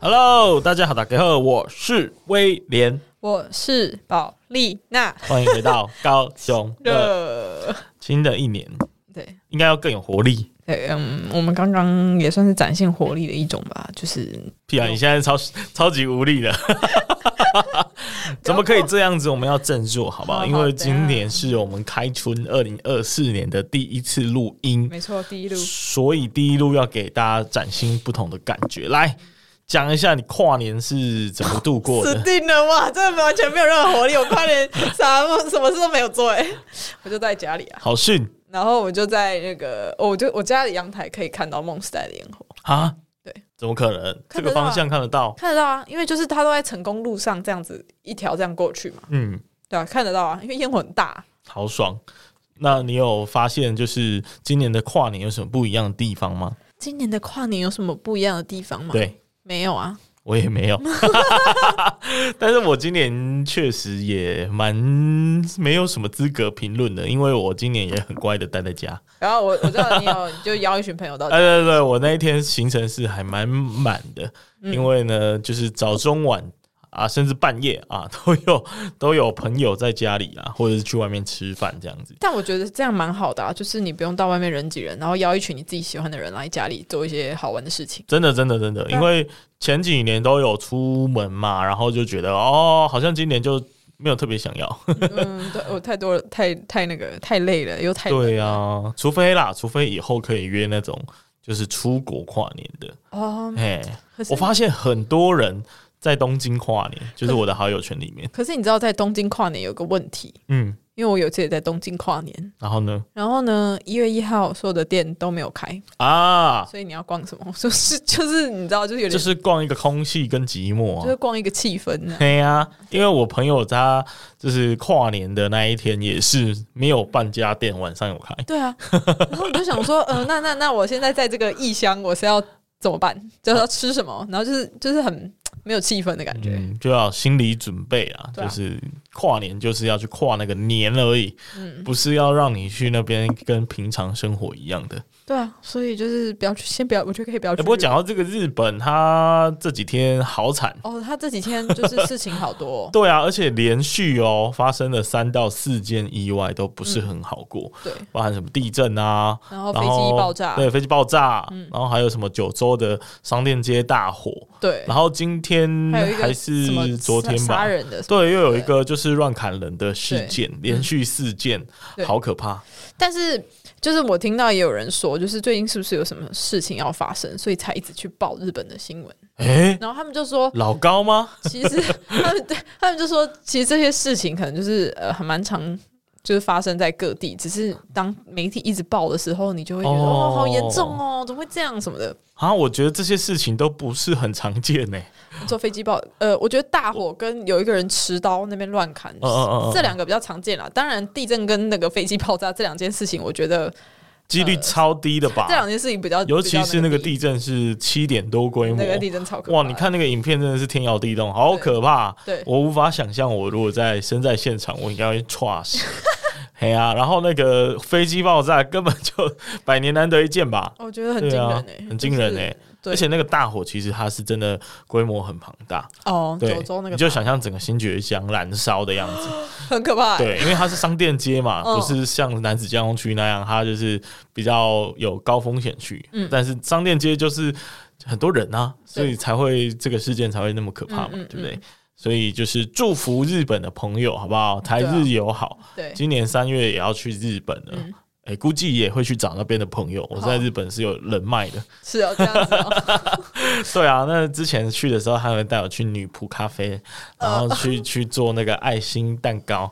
Hello，大家好，大家好，我是威廉，我是宝丽娜欢迎回到高雄 的的，新的一年，对应该要更有活力。对，嗯，我们刚刚也算是展现活力的一种吧，就是屁啊，你现在超超级无 力了，怎么可以这样子？我们要振作，好不好？好好因为今年是我们开春二零二四年的第一次录音，没错，第一路所以第一路要给大家崭新不同的感觉。来讲一下你跨年是怎么度过死的？定了哇，真的完全没有任何活力，我快点 啥什么事都没有做哎、 我就在家里啊，好讯然后我就在那个，哦、我就我家里阳台可以看到梦时代的烟火，啊？对，怎么可能？这看得到啊个方向看得到？看得到啊，因为就是它都在成功路上这样子一条这样过去嘛，嗯。对啊，看得到啊，因为烟火很大，好爽！那你有发现就是今年的跨年有什么不一样的地方吗？今年的跨年有什么不一样的地方吗？，对没有啊，我也没有， 但是我今年确实也蛮没有什么资格评论的，因为我今年也很乖的待在家。然后我我知道你有 就邀一群朋友到哎、对对对，我那一天行程是还蛮满的，因为呢，就是早中晚。啊，甚至半夜啊，都有都有朋友在家里啊，或者是去外面吃饭这样子。但我觉得这样蛮好的啊，就是你不用到外面人挤人，然后邀一群你自己喜欢的人来家里做一些好玩的事情。真的，真的，真的，对啊因为前几年都有出门嘛，然后就觉得哦，好像今年就没有特别想要。 嗯，对我太多了，太太那个太累了，又太对啊，除非啦，除非以后可以约那种就是出国跨年的。哦。哎、可是我发现很多人在东京跨年，就是我的好友圈里面。可是你知道在东京跨年有个问题，嗯，因为我有一次也在东京跨年，然后呢？然后呢，一月一号所有的店都没有开，啊，所以你要逛什么？ 就是就是你知道，就是有点就是逛一个空气跟寂寞、就是啊。逛一个气氛呢、对呀、啊，因为我朋友他就是跨年的那一天也是没有半家店晚上有开。对啊，然后我就想说，呃，那那那我现在在这个异乡，我是要怎么办？就是要吃什么？然后就是就是很没有气氛的感觉。嗯，就要心理准备啊，对就啊是跨年就是要去跨那个年而已，嗯不是要让你去那边跟平常生活一样的。对啊，所以就是不要去，先不要，我觉得可以不要哎、去。不过讲到这个日本，它这几天好惨，，哦，他这几天就是事情好多、哦 对啊，而且连续哦发生了三到四件意外，都不是很好过，对，包含什么地震啊，然嗯哦后飞然机后爆炸，嗯对，飞机爆炸，然后还有什么九州的商店街大火，对，然后今天还有一个还什么是昨天杀吧杀。人的，对，又有一个就是乱砍人的事对件，连续四件，对好可怕。但是就是我听到也有人说，就是最近是不是有什么事情要发生，所以才一直去报日本的新闻，哎、然后他们就说老高吗？其实 他们对他们就说，其实这些事情可能就是呃，还蛮常就是发生在各地，只是当媒体一直报的时候，你就会觉得哦哦好严重哦，怎么会这样什么的。啊，我觉得这些事情都不是很常见呢、坐飞机报，呃，我觉得大火跟有一个人持刀那边乱砍，嗯嗯嗯这两个比较常见啦。当然，地震跟那个飞机爆炸这两件事情，我觉得几率超低的吧呃这。两件事情比较，尤其是那那个地震是七点多规模那，个地震超可怕。哇！你，看那个影片真的是天摇地动，好可怕。对我无法想象，我如果在身在现场，我应该会猝 死。嘿呀、然后那个飞机爆炸根本就百年难得一见吧，哦我觉得很对惊人啊诶、，很惊人就是哎、对而且那个大火其实它是真的规模很庞大，哦，对九州那，个你就想象整个新觉江燃烧的样子，很可怕、欸，对，因为它是商店街嘛，嗯不是像南子江东区那样，它就是比较有高风险区，嗯但是商店街就是很多人啊，所以才会这个事件才会那么可怕嘛，嗯嗯对不对？所以就是祝福日本的朋友，好不好？台对啊日友好，对今年三月也要去日本了，嗯诶，估计也会去找那边的朋友。我好在日本是有人脉的，是哦，这样子、哦。对啊，那之前去的时候，他们带我去女仆咖啡，然后去、去做那个爱心蛋糕，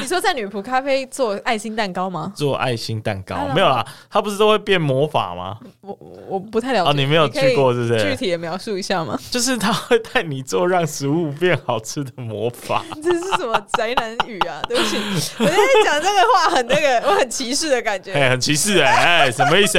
你说在女仆咖啡做爱心蛋糕吗？做爱心蛋糕 Hello 没有啦，它不是都会变魔法吗？我我不太了解啊，你没有可以去过是不具是？体的描述一下吗？ 就是它会带你做让食物变好吃的魔法。这是什么宅男语啊？ 对不起，我现在讲这个话很那个， 我很歧视的感觉。哎、很歧视哎、哎、什么意思、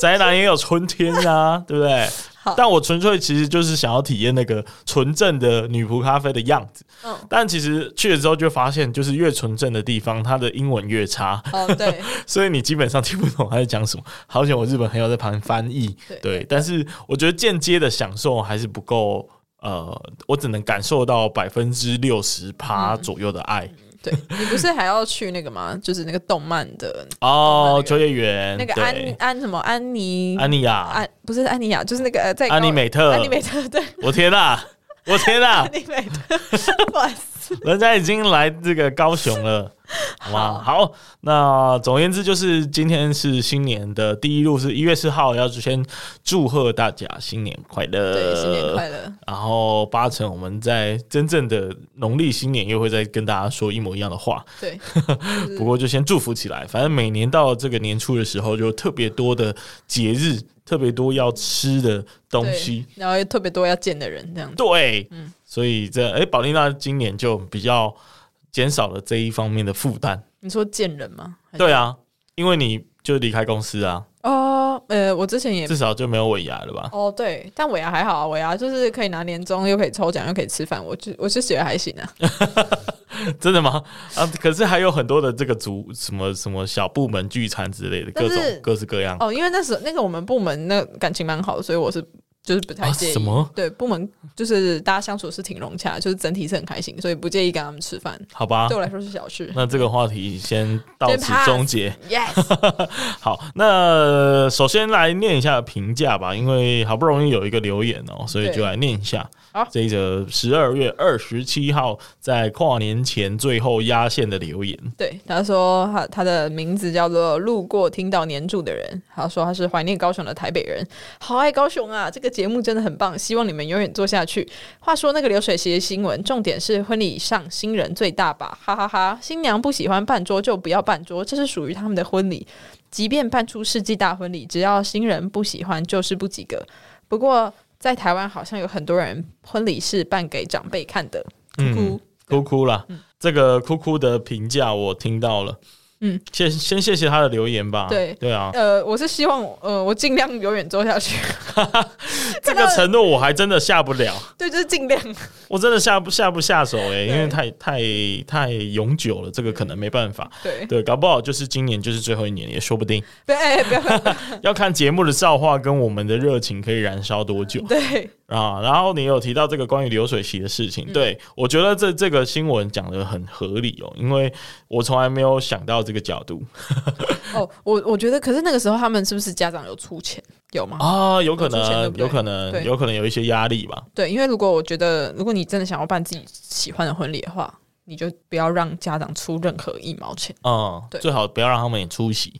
宅男也有春天啊，对不对好？但我纯粹其实就是想要体验那个纯正的女仆咖啡的样子。嗯但其实去了之后就发现，就是越纯正的地方，它的英文越差，哦，对，所以你基本上听不懂他在讲什么。好险我日本朋友在旁边翻译，对但是我觉得间接的享受还是不够。呃，我只能感受到百分之六十趴嗯左右的爱、对你不是还要去那个吗？就是那个动漫的哦那，个秋叶原那个对安安什么安妮安妮啊亚，安不是安妮亚，就是那个呃在安妮美特，安妮美特 对我天啊，我天啊安，妮美 特，不好意思，人家已经来这个高 雄了，好吗？好，那总而言之，就是今天是新年的第一路，是一月四号，要先祝贺大家新年快乐，对，新年快。乐，然后八成我们在真正的农历新年又会再跟大家说一模一样的话，对，不过就先祝福起来。反正每年到这个年初的时候，就特别多的节日，特别多要吃的东西对，，然后又特别多要见的人这样子，对，嗯所以这哎，宝丽娜今年就比较减少了这一方面的负担。你说见人吗？还是对啊，因为你就离开公司啊，哦，呃，我之前也至少就没有尾牙了吧？哦，对，但尾牙还好啊，尾牙就是可以拿年终，又可以抽奖，又可以吃饭，我就我就觉得还行啊。 真的吗？啊，可是还有很多的这个组什么什么小部门聚餐之类的，但各是种各式各样。哦，因为那时候那个我们部门那感情蛮好，所以我是就是不太啊介意。什么？对，部门就是大家相处是挺融洽，就是整体是很开心，所以不介意跟他们吃饭，好吧对，我来说是小事。啊 那这个话题先到先此 pass 终结。 Yes，好，那首先来念一下评价吧，因为好不容易有一个留言哦，所以对就来念一下好。这一则十二月二十七号在跨年前最后压线的留言，对，他说他他的名字叫做路过听到年住的人，他说他是怀念高雄的台北人，好爱高雄啊！这个节目真的很棒，希望你们永远做下去。话说那个流水席的新闻，重点是婚礼上新人最大吧，哈哈哈新娘不喜欢办桌就不要办桌，这是属于他们的婚礼。即便办出世纪大婚礼，只要新人不喜欢，就是不及格。不过在台湾好像有很多人婚礼是办给长辈看的，哭嗯哭。哭哭啦，这个哭哭的评价我听到了，嗯，先先谢谢他的留言吧，对 对啊，呃，我是希望，呃，我尽量永远做下去。这个承诺我还真的下不了，对，就是尽量。我真的下不下不下手对诶、因为太太太永久了，这个可能没办法，对， 对，搞不好就是今年就是最后一年也说 不定。不要，哎，不要，要看节目的造化跟我们的热情可以燃烧多久对，啊！然后你有提到这个关于流水席的事情，嗯对我觉得这这个新闻讲的很合理哦，因为我从来没有想到这个角度哦，我我觉得，可是那个时候他们是不是家长有出钱？哦有吗？啊，有可出钱对能不，对有可能，对有可能有一些压力吧。对，因为如果我觉得，如果你真的想要办自己喜欢的婚礼的话，你就不要让家长出任何一毛钱，嗯，对最好不要让他们也出席，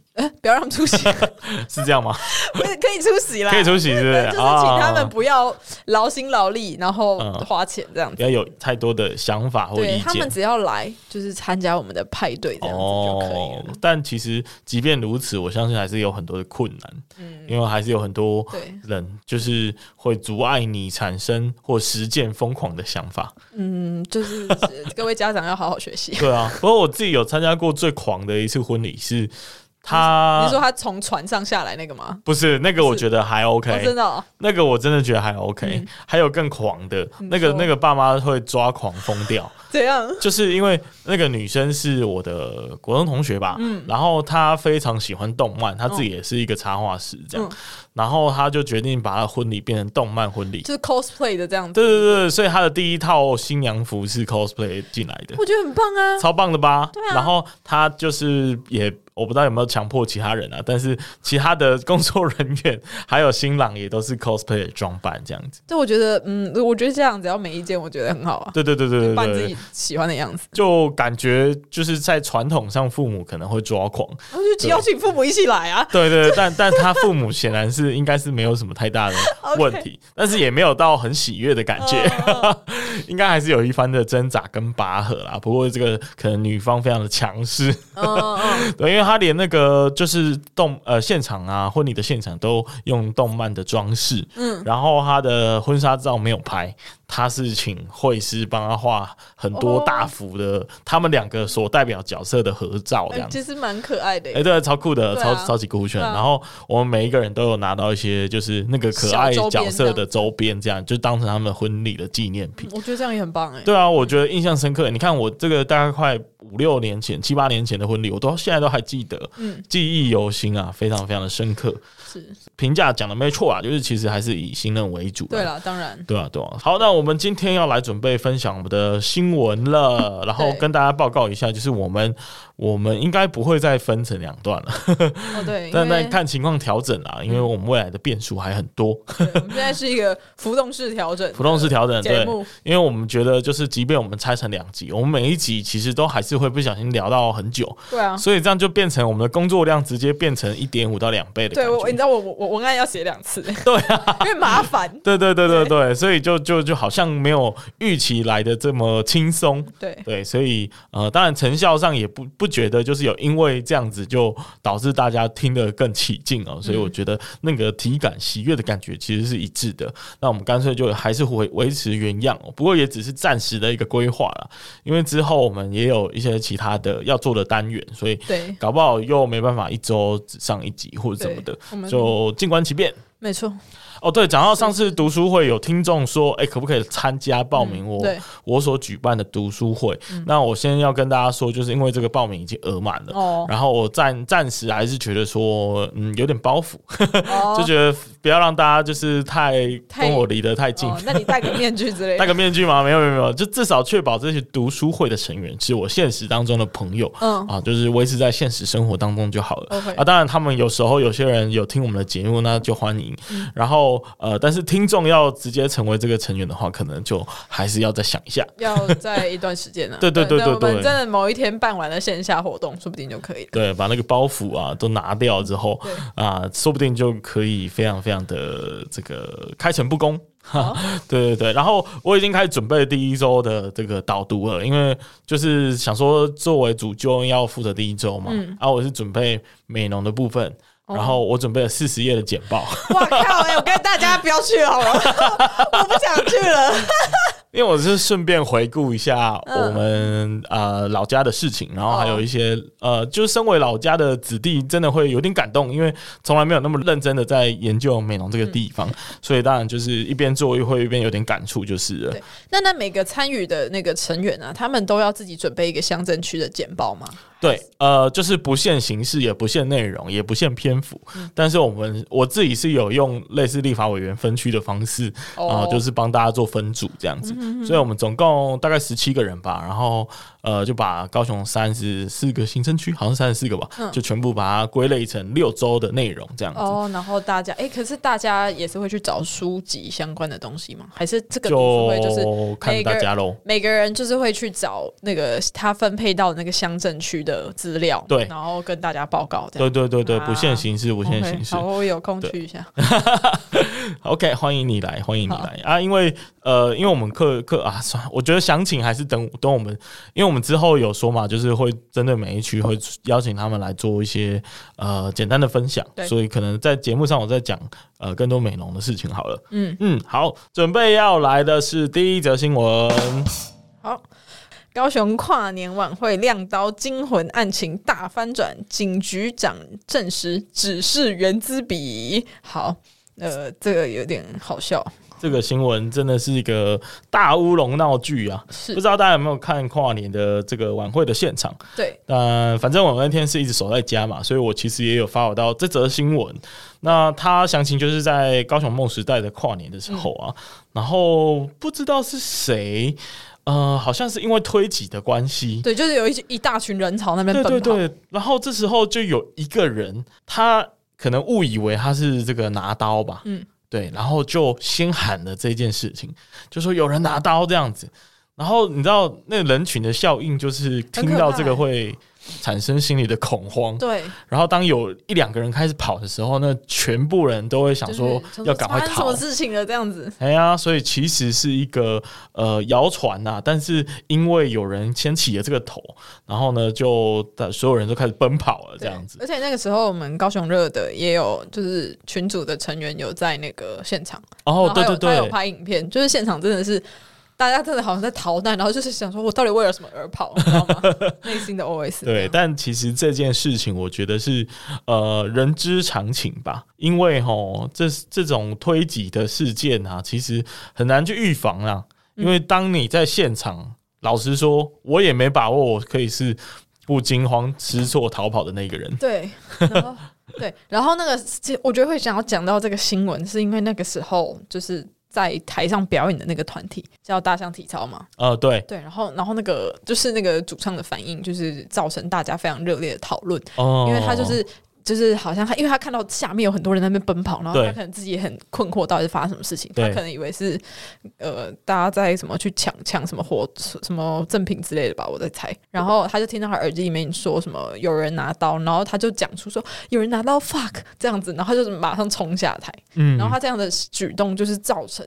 不要让他们出席， 是这样吗？不是可以出席啦，可以出席是不 是对，就是请他啊们不要劳心劳力，然后嗯花钱这样不子。要有太多的想法或对意他们见。只要来，就是参加我们的派对这样子就可以哦了。，但其实即便如此，我相信还是有很多的困难，嗯，因为还是有很多对，人就是会阻碍你产生或实践疯狂的想法。嗯，就是各位家长要好好学 习。对啊，不过我自己有参加过最狂的一次婚礼是他，你说他从船上下来那个吗？不是那个，我觉得还哦 OK，、真的、哦，那个我真的觉得还 OK、还有更狂的，你那个嗯说那个爸妈会抓狂疯掉，怎样？就是因为那个女生是我的国中同学吧，嗯然后她非常喜欢动漫，她自己也是一个插画师这样，嗯然后她就决定把她的婚礼变成动漫婚礼。就是 cosplay 的这样子，对对对，所以他的第一套新娘服是 cosplay 进来的，我觉得很棒啊。超棒的吧？对啊然后他就是也我不知道有没有强迫其他人啊，但是其他的工作人员还有新郎也都是 cosplay 的装扮这样子。对，我觉得，嗯，我觉得这样只要没意见，我觉得很好啊，对对对对对扮对自己喜欢的样子。就感觉就是在传统上，父母可能会抓狂。 我就邀请父母一起来啊，对对，对但但他父母显然是是应该是没有什么太大的问题，但是也没有到很喜悦的感觉，哦 应该还是有一番的挣扎跟拔河啦。不过这个可能女方非常的强势， 嗯嗯，对，因为她连那个就是动呃现场啊婚礼的现场都用动漫的装饰，嗯，然后她的婚纱照没有拍，她是请绘师帮她画很多哦大幅的、他们两个所代表角色的合照这哎样子。其实蛮可爱的哎、耶，对，超酷的，对超啊超级酷炫。对啊然后我们每一个人都有拿到一些，就是那个可小爱周边角色这的样周边，这样就当成他们婚礼的纪念品。我觉得这样也很棒哎。对啊，我觉得印象深刻。你看我这个大概快五六年前、七八年前的婚礼，我都现在都还记得，嗯记忆犹新啊，非常非常的深刻。是评价讲的没错啊，就是其实还是以新人为主。对。了，当然，对啊，对啊。好，那我们今天要来准备分享我们的新闻了，然后对跟大家报告一下，就是我们我们应该不会再分成两段了，哦对，但因为嗯但看情况调整啦，因为我们未来的变数还很 多。对我们现在是一个浮动式调整，浮动式调整，节对，目因为我们觉得就是，即便我们拆成两集，我们每一集其实都还是会不小心聊到很久，对啊，所以这样就变成我们的工作量直接变成一点五到两倍的感对我你知觉。道我我我文案要写两 次，对啊，因为麻烦，对对对对对，所以就就就好像没有预期来的这么轻松。对对，所以呃，当然成效上也不不觉得就是有因为这样子就导致大家听得更起劲哦，所以嗯我觉得那个体感喜悦的感觉其实是一致的。那我们干脆就还是维维持原样、哦，不过也只是暂时的一个规划啦，因为之后我们也有一些其他的要做的单元，所以对，搞不好又没办法一周只上一集或者怎么的对我，们就静观其变。没错，哦，对，讲到上次读书会，有听众说，哎、可不可以参加报名我、嗯对嗯我所举办的读书会？那我先要跟大家说，就是因为这个报名已经额满了。哦然后我暂暂时还是觉得说，嗯，有点包袱，就哦觉得不要让大家就是太太跟我离得太近，哦，那你戴个面具之类戴的，个面具吗？没有没有没有，就至少确保这些读书会的成员是我现实当中的朋友，嗯哦啊，就是维持在现实生活当中就好了。 OK 啊，当然他们有时候有些人有听我们的节目，那就欢迎。嗯然后呃，但是听众要直接成为这个成员的话，可能就还是要再想一下。要在一段时间呢，对对对但对我们对真的某一天办完了线下活动，说不定就可以了，对，把那个包袱啊都拿掉之后，啊，说不定就可以非常非常的这个开诚布公。哈，对对对，然后我已经开始准备第一周的这个导读了，因为就是想说作为主教要负责第一周嘛，啊，我是准备美容的部分，然后我准备了四十页的简报， 哇靠！哎、我跟大家不要去好了， 我不想去了。因为我是顺便回顾一下我们、呃老家的事情，然后还有一些、呃，就是身为老家的子弟，真的会有点感动，因为从来没有那么认真的在研究美容这个地方，所以当然就是一边做一会一边有点感触，就是了对。 那那每个参与的那个成员啊，他们都要自己准备一个乡镇区的简报吗？对，呃，就是不限形式，也不限内容，也不限篇幅。嗯但是我们我自己是有用类似立法委员分区的方式啊、哦嗯就是帮大家做分组这样子。所以我们总共大概十七个人吧，然后呃，就把高雄三十四个行政区，好像三十四个吧、就全部把它归类成六周的内容这样子。嗯哦，然后大家哎、可是大家也是会去找书籍相关的东西吗？还是这个读书会就是就看每个大人家喽。每个人就是会去找那个他分配到那个乡镇区的资料，对然后跟大家报告这对样。对对对，啊不限形式，不限 OK，形式。好，我有空对去一下。 OK，欢迎你来，欢迎你好来啊！因为呃，因为我们课课啊，算了，我觉得详情还是等等我们，因为我们之后有说嘛，就是会针对每一区会邀请他们来做一些呃简单的分享，对所以可能在节目上我再讲呃更多美容的事情好了。嗯嗯，好，准备要来的是第一则新闻，好，高雄跨年晚会亮刀惊魂案情大翻转，警局长证实只是原资笔。好，呃，这个有点好笑，这个新闻真的是一个大乌龙闹剧啊！不是知道大家有没有看跨年的这个晚会的现场？对，但呃反正我那天是一直守在家嘛，所以我其实也有发我到这则新闻。那它详情就是在高雄梦时代的跨年的时候啊，然后不知道是谁，呃，好像是因为推挤的关系，对，就是有一一大群人朝那边对奔跑，对对，然后这时候就有一个人，他可能误以为他是这个拿刀吧，嗯，对，然后就先喊了这件事情，就说有人拿刀这样子。然后你知道那人群的效应，就是很听可到怕这个欸会产生心理的恐慌。对，然后当有一两个人开始跑的时候呢，全部人都会想说就是要赶快发生什逃么。事情了这样子。哎呀，所以其实是一个呃谣传呐，但是因为有人先起了这个头，然后呢，就大所有人都开始奔跑了，这样子。而且那个时候我们高雄热的也有，就是群组的成员有在那个现场，哦，然后对还有对他有对，拍影片，就是现场真的是大家真的好像在逃难，然后就是想说我到底为了什么而跑，你知道吗？内心的 OS 这对，样但其实这件事情，我觉得是呃人之常情吧，因为吼这这种推挤的事件啊，其实很难去预防啊，嗯因为当你在现场，老实说，我也没把握我可以是不惊慌失措逃跑的那个人。对，然后对，然后那个其实我觉得会想要讲到这个新闻，是因为那个时候就是在台上表演的那个团体叫大象体操嘛，呃，对，对，然后然后那个就是那个主唱的反应，就是造成大家非常热烈的讨论，哦，因为他就是。就是好像他，因为他看到下面有很多人在那边奔跑，然后对他可能自己也很困惑，到底是发生什么事情。他对可能以为是呃，大家在什么去抢抢什么货、什么赠品之类的吧，我在猜。然后他就听到他耳机里面说什么有人拿刀，然后他就讲出说有人拿刀 fuck 这样子，然后他就马上冲下台。嗯，然后他这样的举动就是造成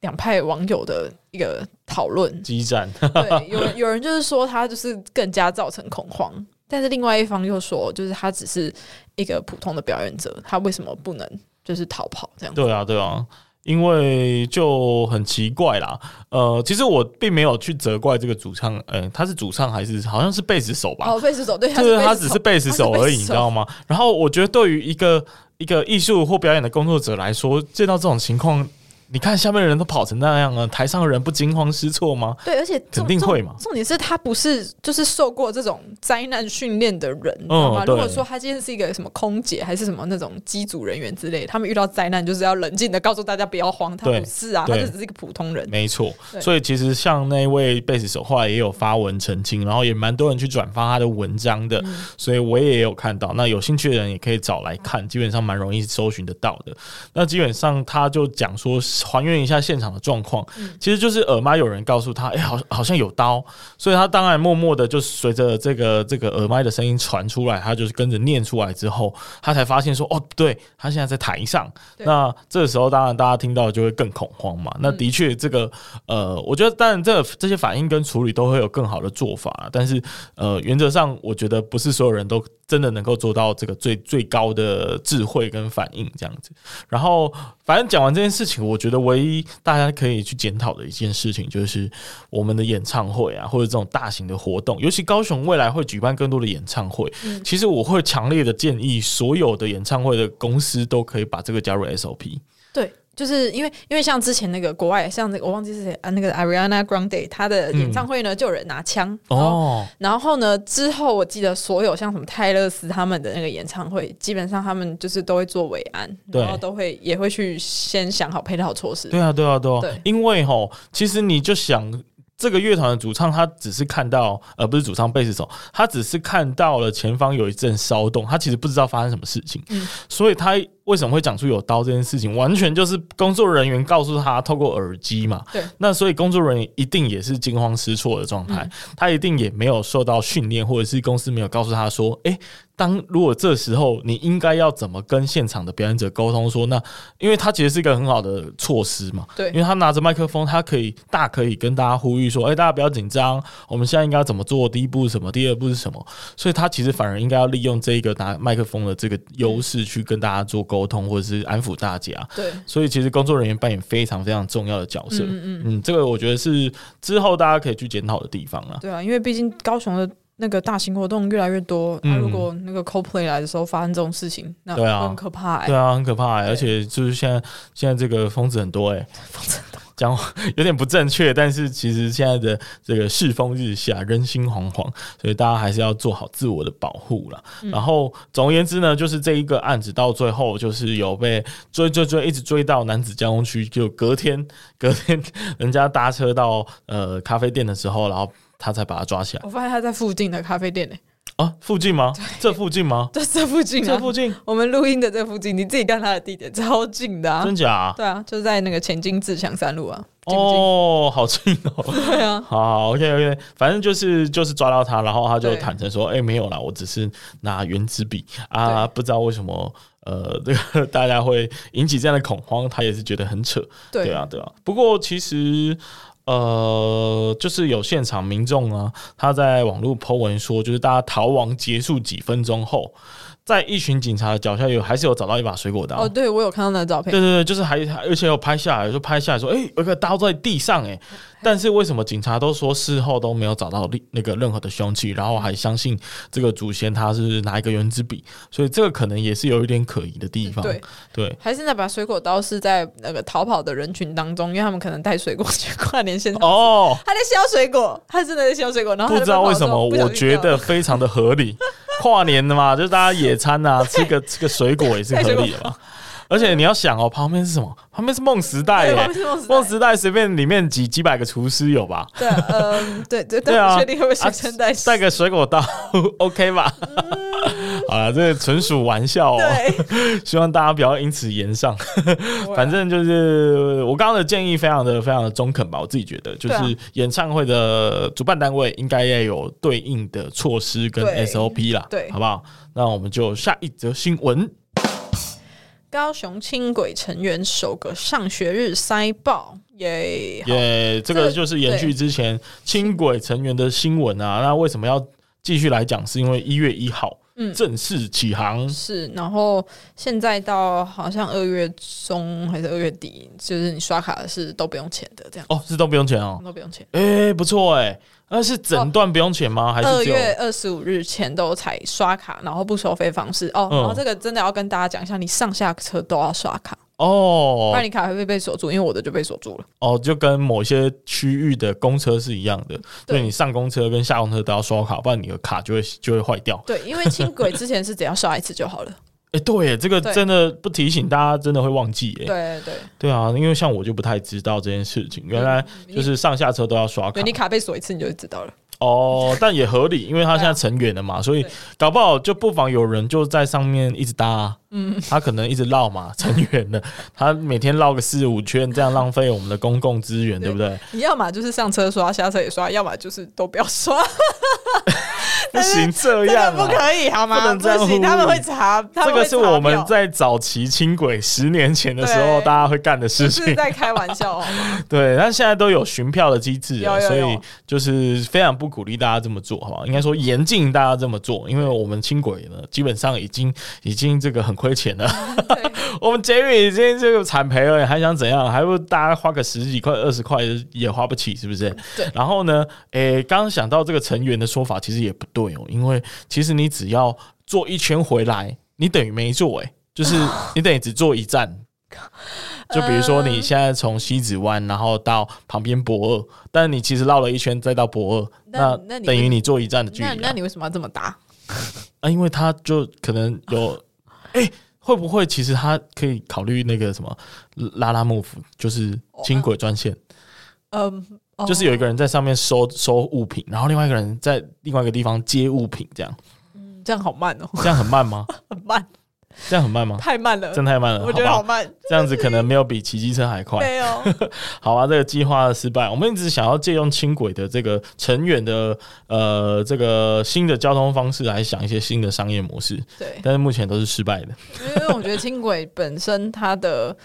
两派网友的一个讨论，激战， 对，有人有人就是说他就是更加造成恐慌，但是另外一方又说，就是他只是一个普通的表演者，他为什么不能就是逃跑这样？对啊，对啊，因为就很奇怪啦。呃，其实我并没有去责怪这个主唱，呃，他是主唱还是好像是贝斯手吧？哦，贝斯手对，他就是他他只是贝斯手而已，你知道吗？吗？然后我觉得对于一个一个艺术或表演的工作者来说，见到这种情况，你看下面的人都跑成那样了，台上的人不惊慌失措吗？对，而且重肯定会嘛重重点是他不是就是受过这种灾难训练的人，你知道吗？嗯对如果说他今天是一个什么空姐还是什么那种机组人员之类，他们遇到灾难就是要冷静的告诉大家不要慌，他对不是啊，他对就只是一个普通人。没错，对所以其实像那位贝斯手后来也有发文澄清，然后也蛮多人去转发他的文章的，嗯所以我也有看到。那有兴趣的人也可以找来看，基本上蛮容易搜寻得到的。那基本上他就讲说还原一下现场的状况，嗯其实就是耳麦有人告诉他，哎、好好像有刀，所以他当然默默的就随着这个这个耳麦的声音传出来，他就是跟着念出来之后，他才发现说，哦，对他现在在台上。对那这时候当然大家听到就会更恐慌嘛。那的确这个呃，我觉得当然这这些反应跟处理都会有更好的做法啦，但是呃，原则上我觉得不是所有人都真的能够做到这个最最高的智慧跟反应这样子。然后反正讲完这件事情，我觉得唯一大家可以去检讨的一件事情，就是我们的演唱会啊，或者这种大型的活动，尤其高雄未来会举办更多的演唱会，其实我会强烈的建议所有的演唱会的公司都可以把这个加入 SOP。对，就是因为因为像之前那个国外，像那个我忘记是谁啊，那个 Ariana Grande 她的演唱会呢，就有人拿枪。哦。哦，然后呢？之后我记得所有像什么泰勒斯他们的那个演唱会，基本上他们就是都会做维安，对然后都会也会去先想好配套措施。对啊，对啊，对啊，对因为吼，其实你就想。这个乐团的主唱，他只是看到，呃，不是主唱，贝斯手，他只是看到了前方有一阵骚动，他其实不知道发生什么事情，嗯所以他为什么会讲出有刀这件事情，完全就是工作人员告诉他，透过耳机嘛，对，那所以工作人员一定也是惊慌失措的状态，他一定也没有受到训练，或者是公司没有告诉他说，诶，当如果这时候你应该要怎么跟现场的表演者沟通说，那因为他其实是一个很好的措施嘛，对因为他拿着麦克风，他可以大可以跟大家呼吁说，诶，大家不要紧张，我们现在应该要怎么做，第一步是什么，第二步是什么，所以他其实反而应该要利用这一个拿麦克风的这个优势去跟大家做沟通，或者是安抚大家，对所以其实工作人员扮演非常非常重要的角色。嗯嗯这个我觉得是之后大家可以去检讨的地方啦。对啊，因为毕竟高雄的那个大型活动越来越多，那、嗯如果那个 CoPlay 来的时候发生这种事情，那对啊很可怕、欸。对啊，很可怕、欸，而且就是现在现在这个疯子很多哎、欸，讲话有点不正确，但是其实现在的这个世风日下，人心惶惶，所以大家还是要做好自我的保护啦。嗯然后总而言之呢，就是这一个案子到最后就是有被追追追，一直追到男子加工区，就隔天 隔天人家搭车到呃咖啡店的时候，然后他才把他抓起来。我发现他在附近的咖啡店呢、欸，啊，附近吗？这附近吗？在这附近啊，这附近， 我们录音的这附近，你自己看它的地点超近的啊真，假啊？对啊，就是在那个前进自强三路啊，近不近？哦，好近哦。对啊，好，OK OK，反正就是就是抓到他，然后他就对坦诚说，哎、没有啦，我只是拿原子笔啊，不知道为什么。呃， 这个大家会引起这样的恐慌，他也是觉得很扯，对啊，对啊。不过其实，呃，就是有现场民众啊，他在网络 po 文说，就是大家逃亡结束几分钟后，在一群警察的脚下有还是有找到一把水果刀，哦，对我有看到那个照片对，对对，就是还还而且有拍下来，就拍下来说，哎、有个刀在地上、哎，但是为什么警察都说事后都没有找到利那个任何的凶器，然后还相信这个祖先他是拿一个圆珠笔，所以这个可能也是有一点可疑的地方。对， 对还是那把水果刀是在那个逃跑的人群当中，因为他们可能带水果去跨年现场。哦，他在削水果，他真的在削水果，然后不他知道为什在跑么，的时候我不小心觉掉得了非常的 合理。跨年的嘛，就是大家野餐啊，吃个吃个水果也是合 理的嘛。而且你要想哦，旁边是什么？旁边是梦时代耶、对旁边是梦时代梦时代随便里面几几百个厨师有吧？对， 嗯，对对，对但啊，不确定会不会啊形成代带个水果刀 ，OK 吧？好了，这纯属玩笑哦，嗯对，啊希望大家不要因此 言上。反正就是我刚刚的建议非常的非常的中肯吧，我自己觉得，就对啊是演唱会的主办单位应该要有对应的措施跟对 SOP 啦，对好不好？那我们就下一则新闻。高雄轻轨成员首个上学日塞爆，耶！好也这这个个就是延续之前轻轨成员的新闻啊，那为什么要继续来讲？是因为一月一号嗯正式起航，是，然后现在到好像二月中还是二月底，就是你刷卡是都不用钱的，这样哦，这都不用钱哦。都不用钱。哎、不错哎、那、是整段不用钱吗？还哦二是只有？月二十五日前都才刷卡，然后不收费方式哦。嗯然后这个真的要跟大家讲一下，你上下车都要刷卡，不然哦你卡会被被锁住，因为我的就被锁住了。哦，就跟某些区域的公车是一样的，所以你上公车跟下公车都要刷卡，不然你的卡就会就会坏掉。对，因为轻轨之前是只要刷一次就好了。哎、对耶，这个对真的不提醒大家真的会忘记哎。对对 对啊，因为像我就不太知道这件事情，原来就是上下车都要刷卡对，你卡被锁一次你就知道了。哦，但也合理，因为他现在成员了嘛，所以对搞不好就不妨有人就在上面一直搭、嗯，他可能一直绕嘛，成员了， 他每天绕个四五圈，这样浪费我们的公共资源，对不对？你要么就是上车刷，下车也刷，要么就是都不要刷，不行，这这个样不啊。可以好不吗？能不这样行，呼他们吁会查，他这们个会是查我们票在早期轻轨十年前的时候，对大家会干的事不情是。在开玩笑哦好吗？对，但现在都有寻票的机制了，有有所以有就是非常不鼓励大家这么做，好不好？应该说严禁大家这么做，因为我们轻轨呢，基本上已经已经这个很亏钱了。 对我们捷运已经这个惨赔了，还想怎样？还不如大家花个十几块、二十块也花不起，是不是？对然后呢，诶、刚刚想到这个成员的说法，其实也不对哦，因为其实你只要坐一圈回来，你等于没坐、诶，就是 你等于只坐一站。 就比如呃说你现在从西子湾，然后到旁边博二，但你其实绕了一圈再到博二，那那那你等于你坐一站的距离、那啊。那你为什么要这么搭？啊，因为他就可能有， 哎、会不会其实他可以考虑那个什么拉拉幕府，就是轻轨专线，嗯，哦就是有一个人在上面收收物品，然后另外一个人在另外一个地方接物品，这样这样好慢哦， 这样很慢吗？很慢，这样 很慢吗？太慢了，真太慢了，我觉得好好吧，慢，哦这样子可能没有比骑机 车还快。没有。 好啊，这个计划的失败，我们一直想要借用轻轨的这个成员的呃这个新的交通方式来想一些新的商业模式，对，但是目前都是失败的。因为我觉得轻轨本身它的，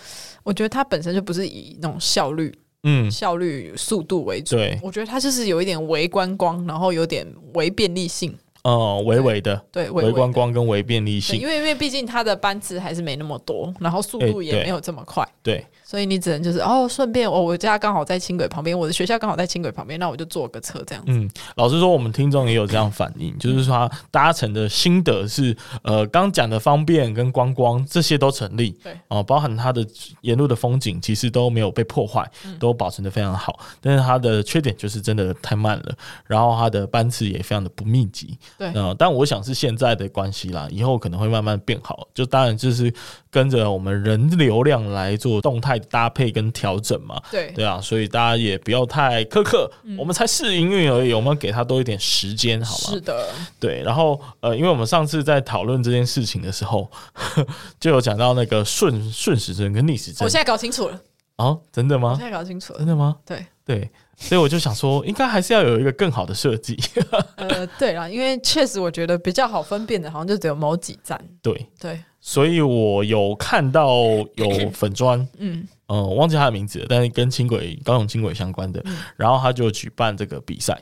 我觉得它本身就不是以那种效率、嗯，效率、速度为主。对，我觉得它就是有一点为观光，然后有点为便利性，哦、微微的。对，为微观为光跟微便利对因性，为因为毕竟它的班次还是没那么多，然后速哎度也对没有这么快，对所以你只能就是哦，顺便哦，我家刚好在轻轨旁边，我的学校刚好在轻轨旁边，那我就坐个车这样子。嗯，老实说，我们听众也有这样反应，就是说他搭乘的心得是，呃，刚讲的方便跟观光这些都成立，对哦、包含它的沿路的风景其实都没有被破坏，嗯都保存的非常好，但是它的缺点就是真的太慢了，然后它的班次也非常的不密集，对呃，但我想是现在的关系啦，以后可能会慢慢变好，就当然就是跟着我们人流量来做动态搭配跟调整嘛。对嗯对啊，所以大家也不要太苛刻，我们才试营运而已，我们给他多一点时间，好吗是？的，对，然后呃，因为我们上次在讨论这件事情的时候，就有讲到那个顺顺时针跟逆时针我现在搞清楚了，哦，真的我吗现？在搞清楚了真，的吗？对，对，所以我就想说，应该还是要有一个更好的设计。 呃，对啦，因为确实我觉得比较好分辨的，好像就只有某几站，对，对，所以我有看到有粉砖，嗯，呃，忘记他的名字了，但是跟轻轨高雄轻轨相关的，然后他就举办这个比赛，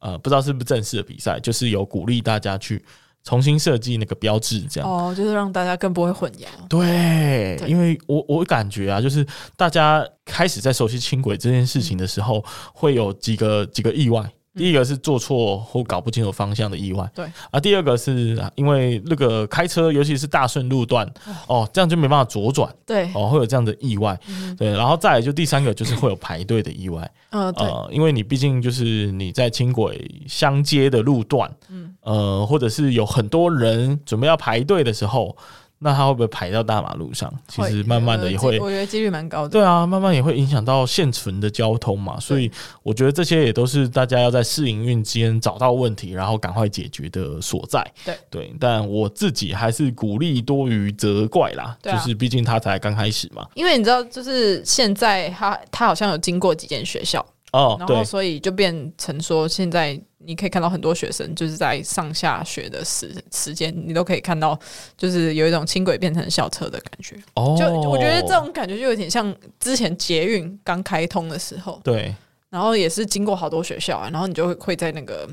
呃，不知道是不是正式的比赛，就是有鼓励大家去重新设计那个标志，这样。哦，就是让大家更不会混淆，对，对因为我我感觉啊，就是大家开始在熟悉轻轨这件事情的时候，会有几个几个意外。第一个是做错或搞不清楚方向的意外，对啊，第二个是因为那个开车，尤其是大顺路段，哦，这样就没办法左转，对，哦，会有这样的意外，嗯对，然后再来就第三个就是会有排队的意外，呃，对，呃，因为你毕竟就是你在轻轨相接的路段，嗯呃，或者是有很多人准备要排队的时候，那他会不会排到大马路上？其会实慢慢的也呃会这，我觉得几率蛮高的，对啊，慢慢也会影响到现存的交通嘛，所以我觉得这些也都是大家要在试营运间找到问题，然后赶快解决的所在。对对，但我自己还是鼓励多于责怪啦，对啊就是毕竟他才刚开始嘛。因为你知道，就是现在他他好像有经过几间学校，哦，然对后，所以就变成说，现在你可以看到很多学生就是在上下学的时时间，你都可以看到，就是有一种轻轨变成校车的感觉。哦，就我觉得这种感觉就有点像之前捷运刚开通的时候，对。然后也是经过好多学校啊，然后你就会会在那个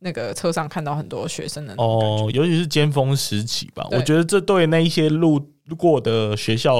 那个车上看到很多学生的那种感觉。哦，尤其是尖峰时期吧，对我觉得这对那一些路过的学校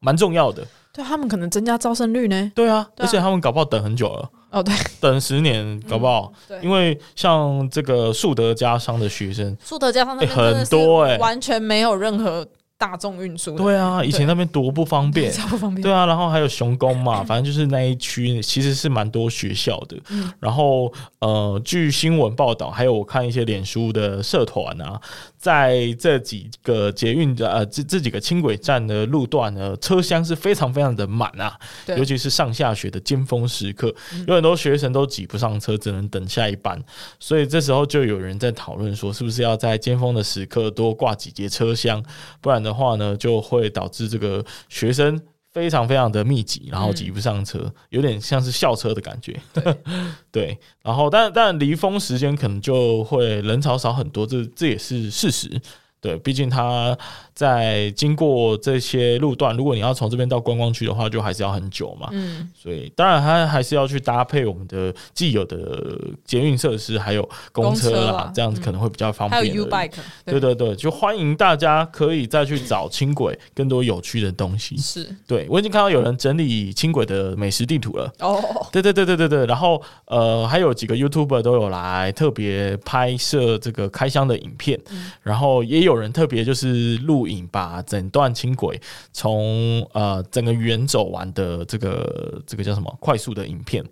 蛮重要的。对他们可能增加招生率呢。对啊，对啊而且他们搞不好等很久了，哦，对，等十年搞不嗯好。对因为像这个树德家商的学生，树德加上那欸边真的很多是欸完全没有任何大众运输的，对啊，以前那边多不方便。超不方便。对啊，然后还有雄工嘛，反正就是那一区其实是蛮多学校的。嗯然后呃，据新闻报道，还有我看一些脸书的社团啊，在这几个捷运的呃这这几个轻轨站的路段呢，车厢是非常非常的满啊，对尤其是上下学的尖峰时刻，有很多学生都挤不上车，只能等下一班。所以这时候就有人在讨论说，是不是要在尖峰的时刻多挂几节车厢，不然的话呢，就会导致这个学生。非常非常的密集，然后挤不上车，有点像是校车的感觉。 对，然后但但离峰时间可能就会人潮少很多，这这也是事实。对，毕竟它在经过这些路段，如果你要从这边到观光区的话，就还是要很久嘛。嗯，所以当然它还是要去搭配我们的既有的捷运设施，还有公车公车啦，啦这样子可能会比较方便还而已。有 U Bike，对对对，就欢迎大家可以再去找轻轨更多有趣的东西。是对我已经看到有人整理轻轨的美食地图了。哦，对对对对对对，然后呃，还有几个 YouTuber 都有来特别拍摄这个开箱的影片，然后也有人特别就是录影，把整段轻轨从呃整个远走完的这个这个叫什么快速的影片，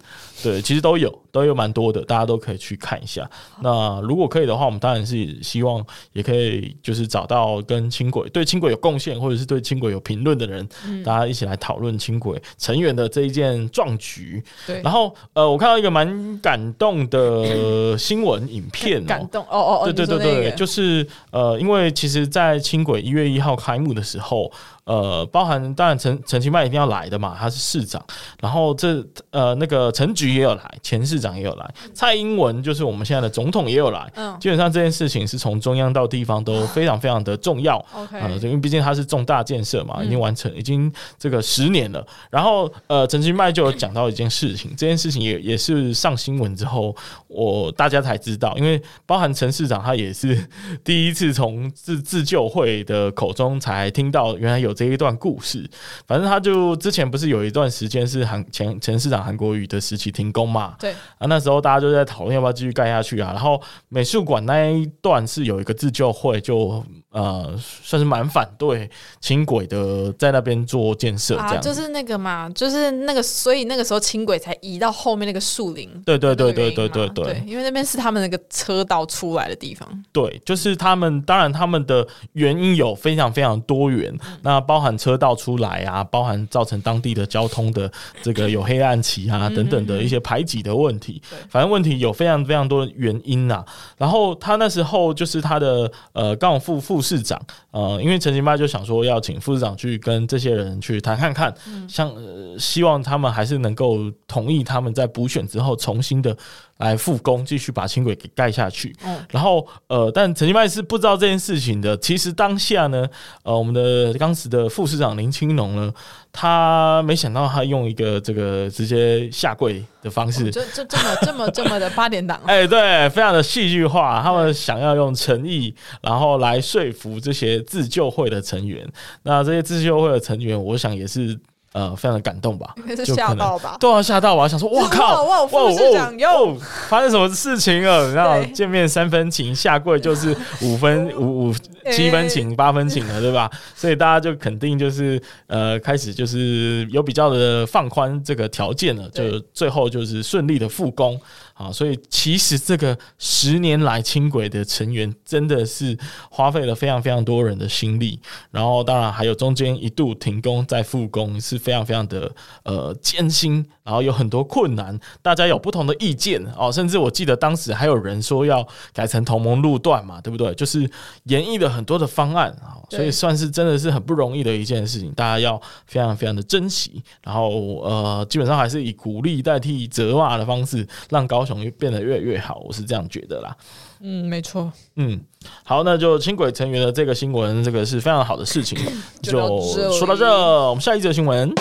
对，其实都有都有蛮多的，大家都可以去看一下。那如果可以的话，我们当然是希望也可以就是找到跟轻轨对轻轨有贡献，或者是对轻轨有评论的人，嗯大家一起来讨论轻轨成员的这一件壮举。对然后呃，我看到一个蛮感动的新闻影片、哦，感动哦哦哦，对对对你说那对，个就是呃，因为其实，在轻轨一月一号开幕的时候，呃，包含当然陈陈其迈一定要来的嘛，他是市长，然后这呃那个陈菊也有来，前市长也有来，蔡英文就是我们现在的总统也有来，嗯基本上这件事情是从中央到地 方都非常非常的重要。呃， OK，因为毕竟它是重大建设嘛，已经完成，已经这个十年了。然后呃，陈其迈就有讲到一件事情，这件事情也也是上新闻之后，我大家才知道，因为包含陈市长他也是 第一次从自自救会的口中才听到原来有这一段故事。反正他就之前不是有一段时间是韩前前市长韩国瑜的时期停工嘛，对啊，那时候大家就在讨论要不要继续盖下去啊。然后美术馆那一段是有一个自救会就，呃，算是蛮反对轻轨的在那边做建设这啊，样子。就是那个嘛，就是那个，所以那个时候轻轨才移到后面那个树林。对对对那个原对因对嘛对对对，因为那边是他们那个车道出来的地方。对，就是他们，当然他们的原因有非常非常多元，嗯那包含车道出来啊，包含造成当地的交通的这个有黑暗期嗯啊等等的一些排挤的问题对，反正问题有非常非常多的原因啊。然后他那时候就是他的呃高永副副市长，呃，因为陈其迈就想说要请副市长去跟这些人去谈看看，嗯像、呃、希望他们还是能够同意他们在补选之后重新的来复工，继续把轻轨给盖下去。嗯然后呃，但陈其迈是不知道这件事情的。其实当下呢，呃，我们的当时的副市长林清龙呢，他没想到他用一个这个直接下跪的方式哦，就就这么这么这么的八点档哦。哎、对，非常的戏剧化。他们想要用诚意，然后来说服这些自救会的成员。那这些自救会的成员，我想也是呃非常的感动吧，应该 是 就可吓能到吧对啊，吓到吧，想说哇靠，哇哇副市长哇哦，哦发生什么事情了？ 你知道对，见面三分情，下跪 就是五分五五哎七分情八分情了，对 吧？所以大家就肯定就是呃开始就是有比较的放宽这个条件了，对就最后就是顺利的复工。啊，所以其实这个十年来轻轨的成员真的是花费了非常非常多人的心力，然后当然还有中间一度停工再复工是非常非常的呃艰辛，然后有很多困难，大家有不同的意见哦，甚至我记得当时还有人说要改成同盟路段嘛，对不对？就是演绎了很多的方案啊、哦所以对算是真的是很不容易的一件事情，大家要非常非常的珍惜，然后呃，基本上还是以鼓励代替责骂的方式，让高雄越变得越来越好，我是这样觉得啦。嗯，没错，嗯，好，那就轻轨成员的这个新闻，这个是非常好的 事情，就就到这说到里这，我们下一则新闻。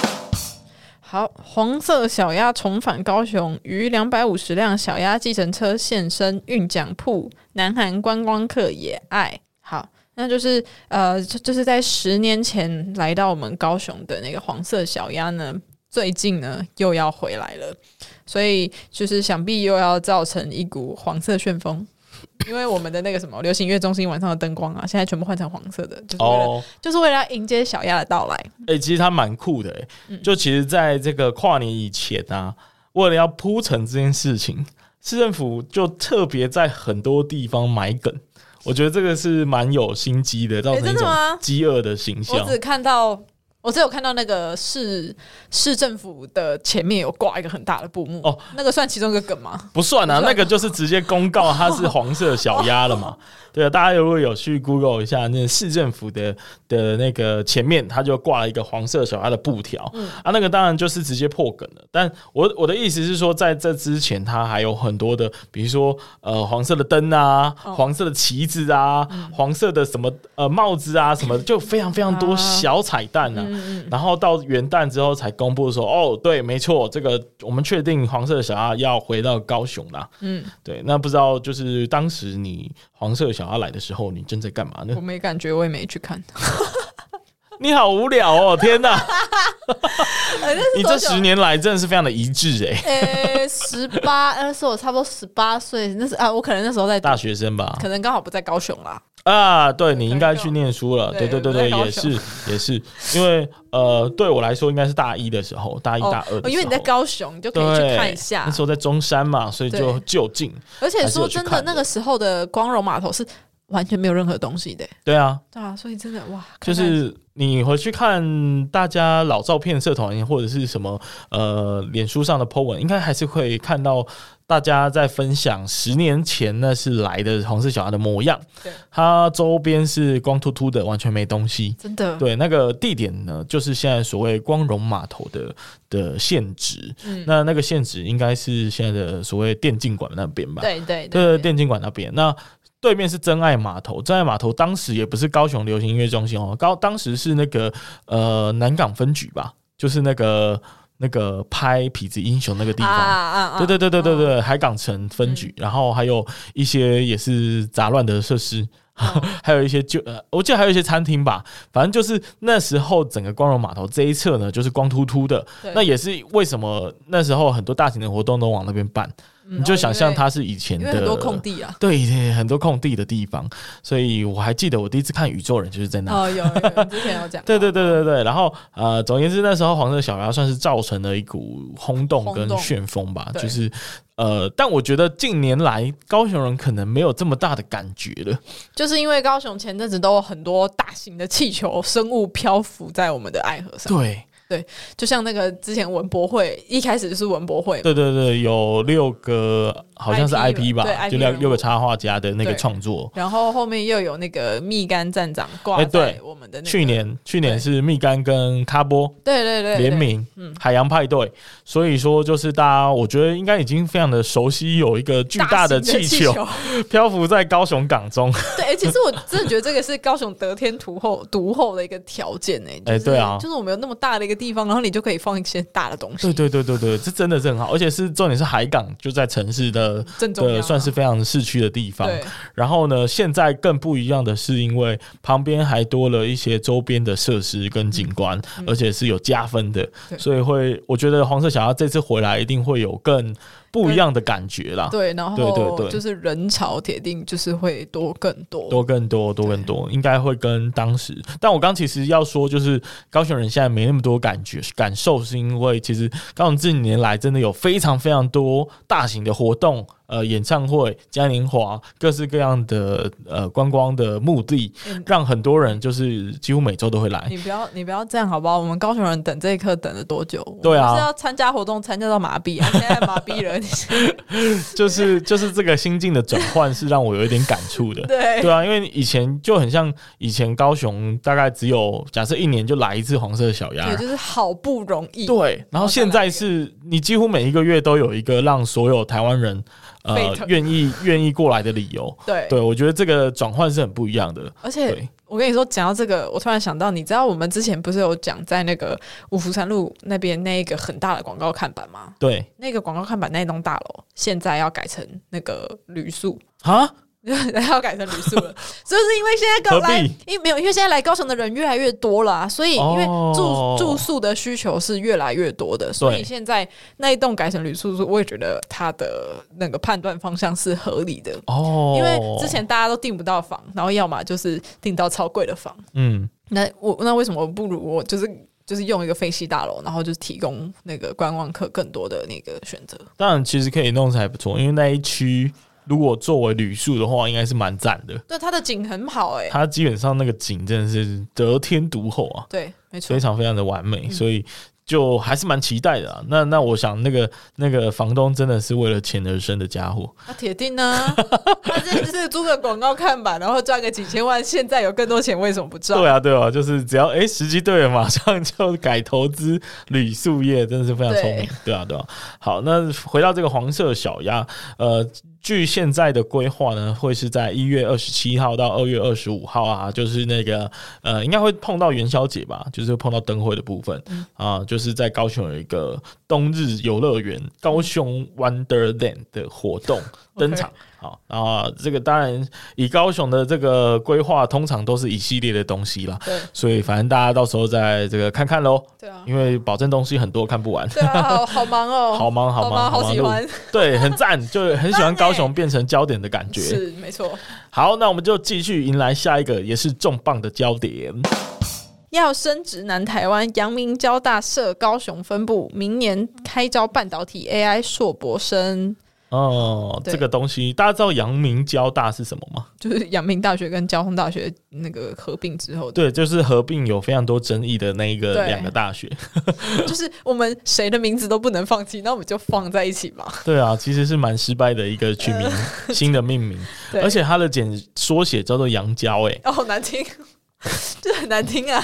好，黄色小鸭重返高雄，逾两百五十辆小鸭计程车现身运奖铺，南韩观光客也爱。好，那就是呃，就就是在十年前来到我们高雄的那个黄色小鸭呢，最近呢又要回来了，所以就是想必又要造成一股黄色旋风。因为我们的那个什么流行音乐中心晚上的灯光啊，现在全部换成黄色的，就是为了、哦，就是为了要迎接小鸭的到来。哎、其实它蛮酷的、欸，嗯就其实在这个跨年以前啊，为了要铺陈这件事情，市政府就特别在很多地方埋梗，我觉得这个是蛮有心机的，造成真一的种吗饥饿的形我象。只看到，我只有看到那个市市政府的前面有挂一个很大的布幕，哦，那个算其中一个梗 吗？不算啊，不算那个就是直接公告它是黄色小鸭了嘛。对啊，大家如果有去 Google 一下，那市政府的的那个前面，它就挂了一个黄色小鸭的布条、嗯啊，那个当然就是直接破梗了。但我我的意思是说，在这之前，它还有很多的，比如说呃黄色的灯啊，哦嗯黄色的旗子啊，黄色的什么呃帽子啊什么的，就非常非常多 啊嗯小彩蛋啊。然后到元旦之后才公布说，哦，对，没错，这个我们确定黄色小鸭要回到高雄啦。嗯，对，那不知道就是当时你黄色小鸭来的时候，你正在干嘛呢我？没感觉，我也没去 看。你好无聊 哦，天哪！你这多久十年来真的是非常的一致欸诶、呃，十八， 那时候我差不多十八岁，那是啊，我可能那时候在，大学生吧？可能刚好不在高雄啦。啊，对你应该对去念书了，对哦对对对对，我也在高是雄也是，因为呃，对我来说应该是大一的时候，大一大二的时候，哦因为你在高雄，你就可对以去看一下那。时候在中山嘛，所以对就就近，而且说还是有真去的，看的那个时候的光荣码头是完全没有任何东西的、对啊，对啊，所以真的哇，就看看是你回去看大家老照片、社团或者是什么呃，脸书上的 po 文，应该还是会看到大家在分享十年前那是来的红色小鸭的模样对。它周边是光秃秃的，完全没东西。真的，对，那个地点呢，就是现在所谓光荣码头的的现址。嗯那那个现址应该是现在的所谓电竞馆那边吧？对对对，电竞馆那边。那对面是真爱码头，真爱码头当时也不是高雄流行音乐中心哦，高当时是那个呃南港分局吧，就是那个那个拍《痞子英雄》那个地啊方。啊啊！对对对对对啊对，海港城分局，然后还有一些也是杂乱的设施，啊还有一些就呃，我记得还有一些餐厅吧，反正就是那时候整个光荣码头这一侧呢，就是光秃秃的 对，那也是为什么那时候很多大型的活动都往那边办，嗯你就想象哦它是以前因的为很多空地 啊。对，很多空地的地方，所以我还记得我第一次看宇宙人就是在那。。哦，有有有，之前有讲 对对对对对，然后呃，总而言之，那时候黄色小鸭算是造成了一股轰动跟轰动旋风吧，对就是呃，但我觉得近年来高雄人可能没有这么大的感觉了。就是因为高雄前阵子都有很多大型的气球生物漂浮在我们的爱河上，对就像那个之前文博会一开始就是文博会嘛，对对对，有六个好像是 IP IP 吧，对 IP 就六人物六个插画家的那个对创作。然后后面又有那个蜜柑站长挂哎对在我们的那个去年去年对是蜜柑跟卡波，对对对嗯对联名海洋派对，所以说就是大家，我觉得应该已经非常的熟悉，有一个巨大的型气球漂浮在高雄 港中。对，哎其实我真的觉得这个是高雄得天独厚 独厚的一个条件哎、就是哎对啊就是我们有那么大的一个地方，然后你就可以放一些大的东西，对对对对对，这真的是很好，而且是重点是海港就在城市的正中央的啊算是非常市区的地方。对然后呢，现在更不一样的是，因为旁边还多了一些周边的设施跟景观，而且是有加分的，嗯对所以会我觉得黄色小鸭这次回来一定会有更不一样的感觉啦。对，然啊对对后对就是人潮铁定就是会多更多，多更多多更多，应该会跟当时。但我刚其实要说，就是高雄人现在没那么多感觉感受，是因为其实高雄近年来真的有非常非常多大型的活动，呃，演唱会、嘉年华，各式各样的呃观光的目的，嗯让很多人就是几乎每周都会来。 你不要，你不要这样，好不好？我们高雄人等这一刻等了多久？对啊我们是要参加活动，参加到麻痹啊！现在麻痹 了，你是就是就是这个心境的转换是让我有一点感触的。 对对啊，因为以前就很像以前高雄大概只有假设一年就来一次黄色小鸭也，就是好不容易，啊对，然后后再现来在一个是你几乎每一个月都有一个让所有台湾人呃沸腾愿意愿意过来的理由。对对，我觉得这个转换是很不一样的。而对且我跟你说，讲到这个，我突然想到，你知道我们之前不是有讲在那个五福山路那边那一个很大的广告看板吗？对那个广告看板那栋大楼现在要改成那个旅宿，啊， 要改成旅宿 了，就是因为现在高何来必，因为没有，因为现在来高雄的人越来越多了、啊，所以因为住、哦住宿的需求是越来越多的，所以现在那一栋改成旅宿，我也觉得它的那个判断方向是合理的。哦，因为之前大家都订不到房，然后要么就是订到超贵的房。嗯，那我那为什么不如我就是就是用一个废弃大楼，然后就是提供那个观光客更多的那个选择？当然其实可以弄成还不错，因为那一区如果作为旅宿的话，应该是蛮赞的。对，它的景很好哎、它基本上那个景真的是得天独厚啊。对，没错非。常非常的完嗯美，所以就还是蛮期待的啊。那那我想那个那个房东真的是为了钱而生的家伙，那啊铁定 呢？他这是租个广告看板，然后赚个几千万，现在有更多钱，为什么不赚？对啊，对啊，就是只要哎、诶时机对了，马上就改投资铝塑业，真的是非常聪明对。对啊，对啊。好，那回到这个黄色小鸭，呃，据现在的规划呢，会是在一月二十七号到二月二十五号啊，就是那个呃，应该会碰到元宵节吧，就是碰到灯会的部分啊、就是在高雄有一个冬日游乐园高雄 Wonderland 的活动登场。好，然后这个当然以高雄的这个规划，通常都是一系列的东西啦。对所以反正大家到时候再这个看看喽，对啊，因为保证东西很多看不完。对啊，好好忙哦，好忙好好忙忙，好忙喜碌欢，对，很赞，就很喜欢很棒欸高雄变成焦点的感觉。是没错。好，那我们就继续迎来下一个也是重磅的焦点。要升职南台湾阳明交大社高雄分部明年开招半导体 AI 硕博生，哦，对这个东西大家知道阳明交大是什么吗？就是阳明大学跟交通大学那个合并之后的，对，就是合并有非常多争议的那一个对两个大学。 啊就是我们谁的名字都不能放弃，那我们就放在一起吧。对啊，其实是蛮失败的一个取名，呃新的命名，对而且它的简缩写叫做阳交、 欸，哦，好难听，就很难听啊。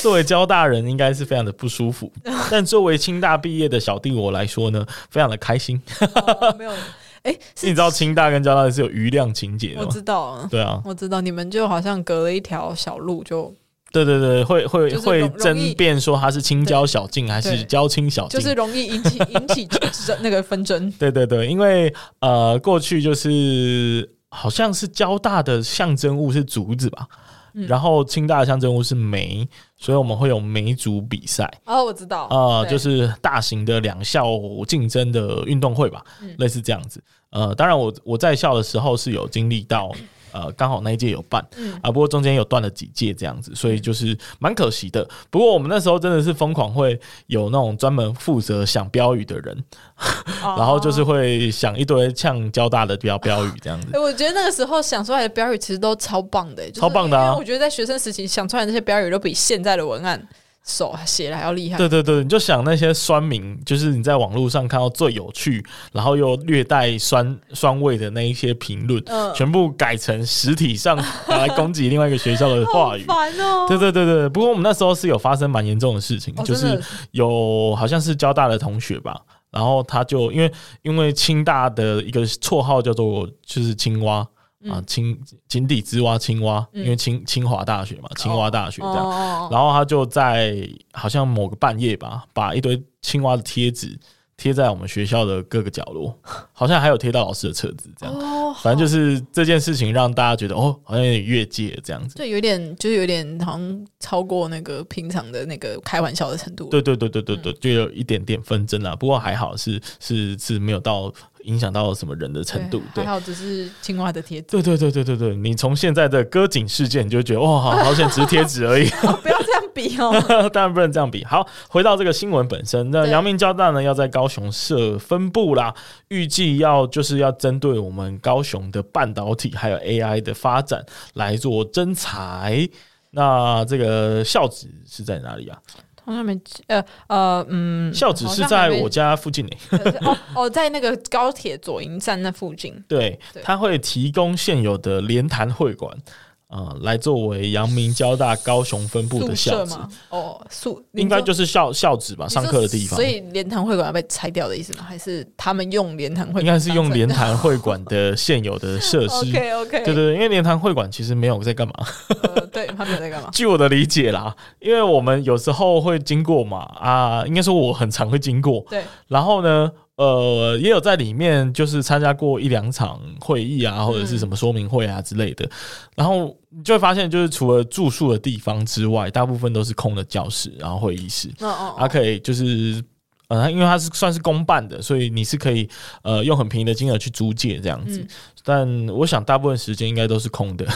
作为交大人应该是非常的不 舒服，但作为清大毕业的小弟我来说呢，非常的开心。哦没有， 哎、是你知道清大跟交大是有余量情节的我吗？知道啊，对啊，我知道，你们就好像隔了一条小路就，对对对，会会、就是会容容争易辩说他是青交小径还是对交青小就径。是容易引起 引起争那个纷争。对对对，因为呃，过去就是好嗯像是交大的象征物是竹子吧，然后清大的象征物是梅，所以我们会有每组比赛哦，我知道啊、对就是大型的两校竞争的运动会吧，嗯类似这样子。呃，当然我我在校的时候是有经历到。呃，刚好那一届有办、嗯啊，不过中间有断了几届这样子，所以就是蛮可惜的。不过我们那时候真的是疯狂，会有那种专门负责想标语的人， 哦然后就是会想一堆呛交大的标标语这样子。哎、我觉得那个时候想出来的标语其实都超棒的、就是超棒的啊因为我觉得在学生时期想出来的那些标语都比现在的文案手写的还要厉害。对对对，你就想那些酸民，就是你在网络上看到最有趣，然后又略带酸酸味的那一些评论，嗯全部改成实体上拿来攻击另外一个学校的话语。烦哦、对对对对，不过我们那时候是有发生蛮严重的事情，哦就真的是有好像是交大的同学吧，然后他就因为因为清大的一个绰号叫做就是青蛙。啊，嗯青井底之蛙，青蛙，因为清清华大学嘛，青蛙大学这样，哦然后他就在好像某个半夜吧，把一堆青蛙的贴纸 贴在我们学校的各个角 落，好像还有贴到老师的册子这样。哦，反正就是这件事情让大家觉得哦，好像有点越界这样子。就有点，就是有点好像超过那个平常的那个开玩笑的程度。对对对对对嗯对，就有一点点纷争啦。不过还好是是是没有到影响到什么人的程度。对还好只是青蛙的贴纸，对对对对对对，你从现在的割颈事件，你就会觉得哇，好好险，只是贴纸而已。不要这样比哦。 当然不能这样比。好，回到这个新闻本身，那对阳明交大呢要在高雄设分部啦，预计要就是要针对我们高雄的半导体还有 AI 的发展来做征才。那这个校址是在哪里啊？同学们，呃呃，嗯，校址是在我家附近诶、可是 哦哦，在那个高铁左营站那附近。对，对它会提供现有的联谈会馆啊、呃来作为阳明交大高雄分部的宿校舍址，吗？哦，宿应该就是校校址吧，你上说课的地方所。以联谈会馆要被拆掉的意思吗？还是他们用联谈会馆 应当该成？是用联谈会馆的现有的 设施 OK OK，对对对，因为联谈会馆其实没有在干嘛。 呃对，他们有在干嘛？据我的理解啦，因为我们有时候会经过嘛，啊，应该说我很常会经过。对，然后呢，呃，也有在里面就是参加过一两场会议嗯啊，或者是什么说明会啊之类的。然后你就会发现，就是除了住宿的地方之外，大部分都是空的教室，然后会议室。嗯嗯它可以就是。呃，因为它是算是公办的，所以你是可以呃用很便宜的金额去租借这样子。嗯但我想大部分时间应该都是空的，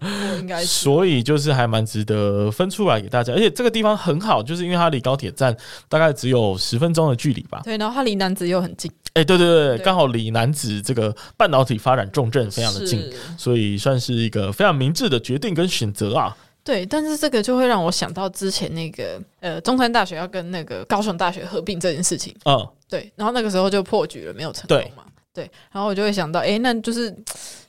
嗯，应该是所以就是还蛮值得分出来给大家。而且这个地方很好，就是因为它离高铁站大概只有十分钟的距离吧。对。然后他离男子又很近，哎、对对对对，刚好离南子这个半导体发展重镇非常的近，是所以算是一个非常明智的决定跟选择啊。对，但是这个就会让我想到之前那个呃，中山大学要跟那个高雄大学合并这件事情。嗯，对，然后那个时候就破局了，没有成功嘛。对，然后我就会想到，诶，那就是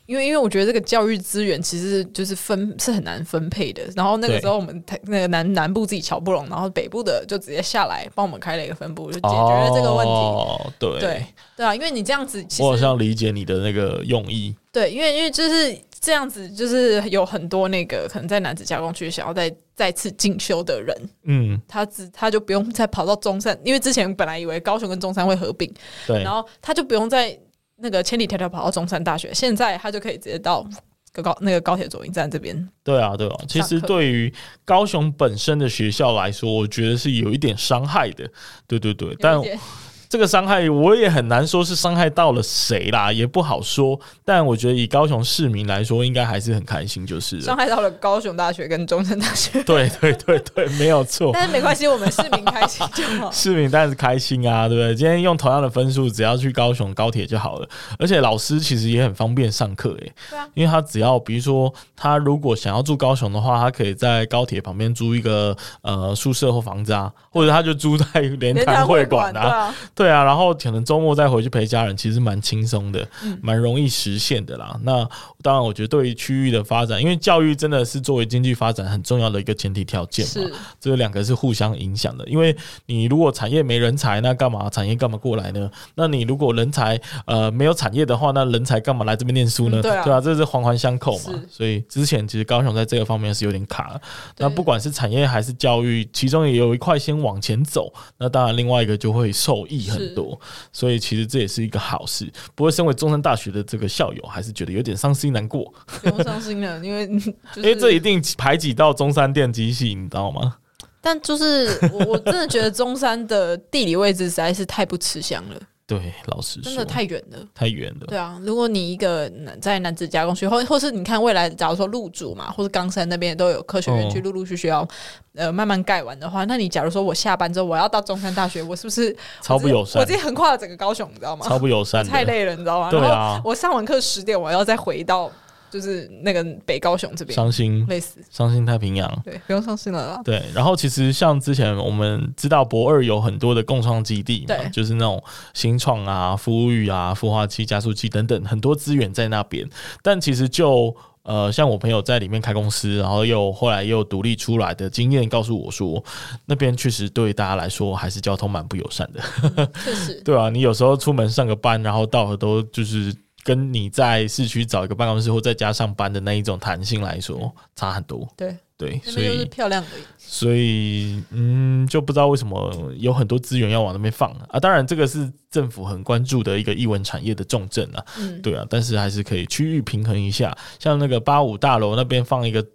因为因为我觉得这个教育资源其实就是分是很难分配的。然后那个对时候我们台那个南南部自己瞧不拢，然后北部的就直接下来帮我们开了一个分部，就解决了这个问题。哦，对，对对啊，因为你这样子其我好实像理解你的那个用意。对，因为因为就是这样子，就是有很多那个可能在南子加工区想要再再次进修的人，嗯，他只他就不用再跑到中山，因为之前本来以为高雄跟中山会合并，对然，后他就不用再那个千里迢迢跑到中山大学，现在他就可以直接到高高那个高铁左营站这边。对啊，对啊。其实课对于高雄本身的学校来说，我觉得是有一点伤害的。对对对，但有一点这个伤害我也很难说是伤害到了谁啦，也不好说。但我觉得以高雄市民来说，应该还是很开心，就是伤了。害到了高雄大学跟中山大 学，对对对对，没有错。。但是没关系，我们市民开心就好 市民当然是开心啊，对不对？今天用同样的分数，只要去高雄高铁就好了。而且老师其实也很方便上课、诶，对啊因为他只要比如说他如果想要住高雄的话，他可以在高铁旁边租一个呃宿舍或房子啊，或者他就租在 连连潭谈会会馆馆啊，对啊，然后可能周末再回去陪家人，其实蛮轻松的，蛮容易实现的啦。那当然，我觉得对于区域的发展，因为教育真的是作为经济发展很重要的一个前提条件嘛是，这两个是互相影响的。因为你如果产业没人才，那干嘛产业干嘛过来呢？那你如果人才呃没有产业的话，那人才干嘛来这边念书呢？嗯对啊这是环环相扣嘛是。所以之前其实高雄在这个方面是有点卡了。对那不管是产业还是教育，其中也有一块先往前走，那当然另外一个就会受益很多。所以其实这也是一个好事。不过身为中山大学的这个校友，还是觉得有点伤心难过，不用伤心了，因为就是哎因为这一定排挤到中山电机系，你知道吗？但就是我我真的觉得中山的地理位置实在是太不吃香了，对，老实说，真的太远了。太远了。对啊，如果你一个南在南子加工区，或或是你看未来，假如说入主嘛，或者冈山那边都有科学园区，哦陆陆续续要呃慢慢盖完的话，那你假如说我下班之后我要到中山大学，我是不是 超不友我直接善我直接横跨了整个高雄，你知道吗？超不友善的，太累了，你知道吗？对啊然后我上完课十点，我要再回到就是那个北高雄这边，伤心，累死。伤心太平洋。对，不用伤心了啦。对，然后其实像之前我们知道博二有很多的共创基地嘛对，就是那种新创啊、孵育啊、孵化器、加速器等等很多资源在那边，但其实就。呃，像我朋友在里面开公司，然后又后来又独立出来的经验告诉我说，那边确实对大家来说还是交通蛮不友善的。 确实，对啊，你有时候出门上个班，然后到了都就是跟你在市区找一个办公室或在家上班的那一种弹性来说，差很多。对，对，那所边就是以漂亮而已。所以嗯，就不知道为什么有很多资源要往那边放啊。当然，这个是政府很关注的一个艺文产业的重镇啊。嗯，对啊，但是还是可以区域平衡一下，像那个八五大楼那边放一个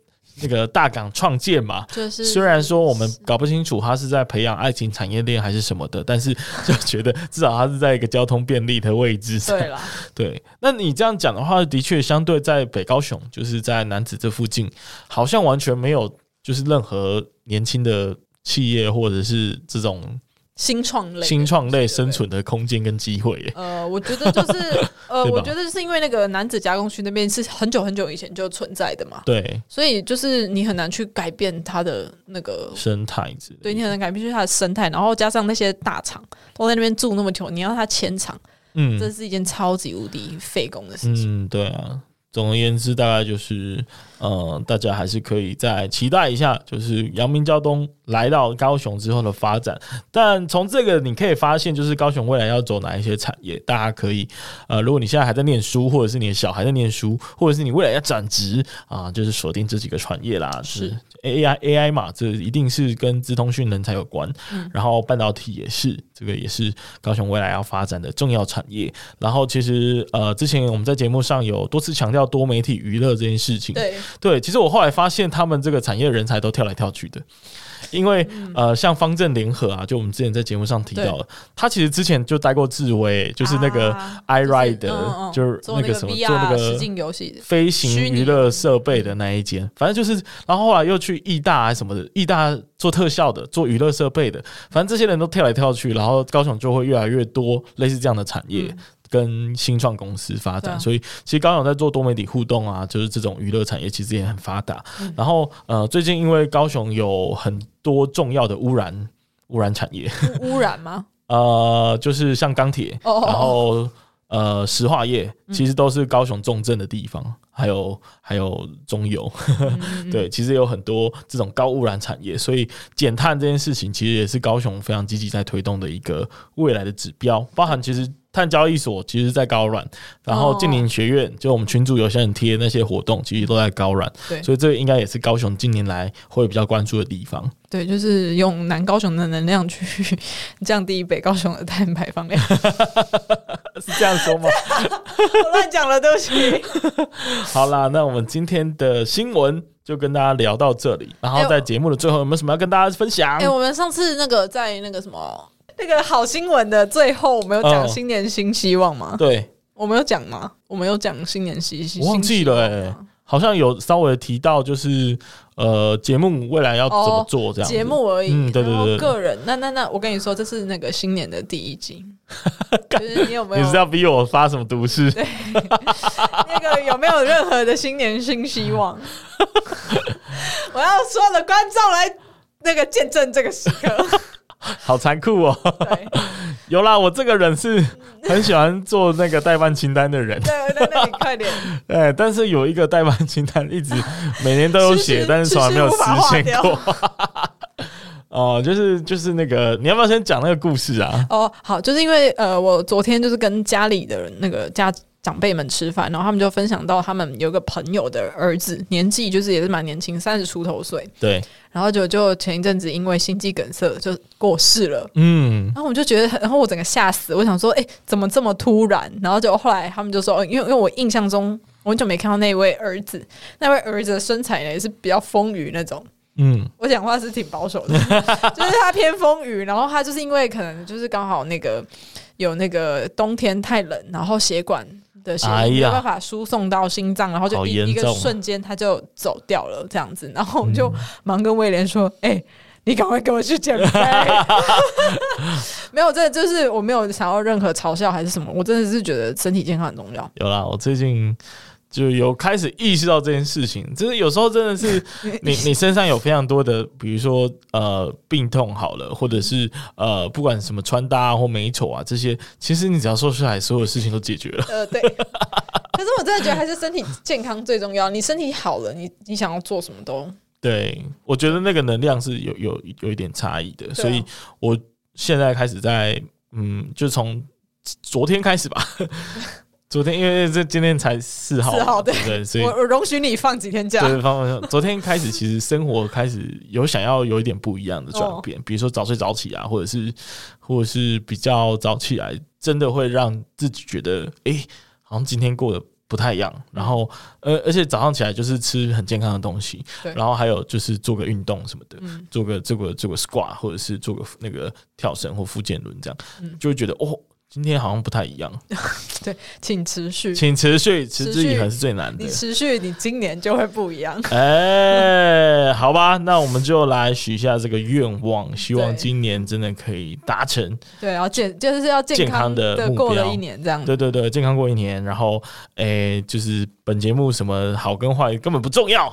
那个大港创建嘛，就是虽然说我们搞不清楚他是在培养爱情产业链还是什么的，但是就觉得至少他是在一个交通便利的位置上。对啦，对，那你这样讲的话，的确相对在北高雄，就是在南子这附近，好像完全没有就是任何年轻的企业或者是这种新创类的新创类对生存的空间跟机会耶。呃，我觉得就是 呃，对吧我觉得是因为那个男子加工区那边是很久很久以前就存在的嘛，对，所以就是你很难去改变它的那个，生态之类的对你很难改变去它的生态，然后加上那些大厂都在那边住那么久，你要它迁厂，这嗯是一件超级无敌费工的事情。嗯，对啊。总而言之，大概就是，呃，大家还是可以再期待一下，就是阳明交通来到高雄之后的发展。但从这个你可以发现，就是高雄未来要走哪一些产业，大家可以，呃，如果你现在还在念书，或者是你的小孩在念书，或者是你未来要转职啊、就是锁定这几个产业啦，就是是 AI AI 嘛，这一定是跟资通讯人才有关，然后半导体也是，这个也是高雄未来要发展的重要产业。然后其实呃，之前我们在节目上有多次强调多媒体娱乐这件事情。对，对，其实我后来发现他们这个产业人才都跳来跳去的，因为、嗯呃，像方正联合啊，就我们之前在节目上提到了，他其实之前就待过志威，就是那个啊 iRide 就是嗯嗯的，嗯就是做那那个个什么 VR 做那实个境游戏的，飞行虚拟嗯娱乐设备的那一间，反正就是，然后后来又去义大啊什么的，义大做特效的，做娱乐设备的，反正这些人都跳来跳去，然后高雄就会越来越多类似这样的产业。跟新创公司发嗯展，对啊所以其实高雄在做多媒体互动啊，就是这种娱乐产业其实也很发达。嗯然后呃，最近因为高雄有很多重要的污染污染产业，污污染 吗？呃，就是像钢铁，哦哦哦嗯然后呃，石化业其实都是高雄重镇的地方，还有还有中油，嗯 对，其实有很多这种高污染产业，所以减碳这件事情其实也是高雄非常积极在推动的一个未来的指标，包含其实。碳交易所其实，在高软，然后哦近邻学院，就我们群主有些人贴那些活动，其实都在高软，对所以这应该也是高雄近年来会比较关注的地方。对，就是用南高雄的能量去 降低北高雄的碳排放量。 是这样说吗？我乱讲了，对不起。好啦，那我们今天的新闻就跟大家聊到这里，然后在节目的最后有没有什么要跟大家分享哎、？我们上次那个在那个什么那个好新闻的最后，我们有讲嗯新年新希望吗？对我们有讲吗？我们有讲新年新啊希我忘记了、欸，好像有稍微提到，就是呃，节目未来要怎么做这样子哦节目而已。嗯对对然后对对个人，那那那，我跟你说，这是那个新年的第一 集，就是你有没你有是要逼我发什么毒誓？ 那个有没有任何的新年新希 望？我要所有的观众来那个见证这个时 刻。 好残酷哦！ 对，有啦，我这个人是很喜欢做那个代办清单的人 对，那那你快点，哎，但是有一个代办清单一直每年都有迟写， 迟但是从来没有实现迟迟无过。 哦，就是就是那个，你要不要先讲那个故事啊？哦，好，就是因为呃，我昨天就是跟家里的人那个家长辈们吃饭，然后他们就分享到他们有个朋友的儿子，年纪就是也是蛮年轻，三十出头岁，对，然后就就前一阵子因为心肌梗塞就过世了。嗯，然后我就觉得很，然后我整个吓死，我想说，哎、怎么这么突然？然后就后来他们就说，哦因为因为我印象中我很久没看到那位儿子，那位儿子的身材呢也是比较丰腴那种，嗯，我讲话是挺保守的， 就是他偏风雨，然后他就是因为可能就是刚好那个有那个冬天太冷，然后血管的血液哎呀没有办法输送到心脏，然后就好一严一个重啊瞬间他就走掉了这样子，然后我们嗯就忙跟威廉说：“哎、你赶快跟我去减肥。 没有，真的就是我没有想要任何嘲笑还是什么，我真的是觉得身体健康很重要。有啦，我最近就有开始意识到这件事情，就是有时候真 的是你你身上有非常多的，比如说呃病痛好了，或者是呃不管什么穿搭、啊、或美丑啊这些，其实你只要瘦下来，所有事情都解决了。 呃，对。可是我真的觉得还是身体健康最重要。你身体好了，你你想要做什么都对，我觉得那个能量是有有有一点差异的，啊所以我现在开始在嗯，就从昨天开始吧。 昨天因为这今天才四号嘛， 4号对对不对，所以我我容许你放几天假。对，方方向。昨天开始，其实生活开始有想要有一点不一样的转哦变，比如说早睡早起啊，或者是或者是比较早起来，真的会让自己觉得，诶，好像今天过得不太一样。然后，呃，而且早上起来就是吃很健康的东西对，然后还有就是做个运动什么的，嗯做个做个做个 squat，或者是做个那个跳绳或复健轮这样，嗯就会觉得哦。今天好像不太 一样，请持续，请持续，持持之续以恒是最难的。你持续，你今年就会不一样。 哎，好吧，那我们就来许下这个愿望，希望对今年真的可以达成。对，然后健就是要健康健康的目标过了一年这样。对对对，健康过一年。然后，哎，就是本节目什么好跟坏根本不重要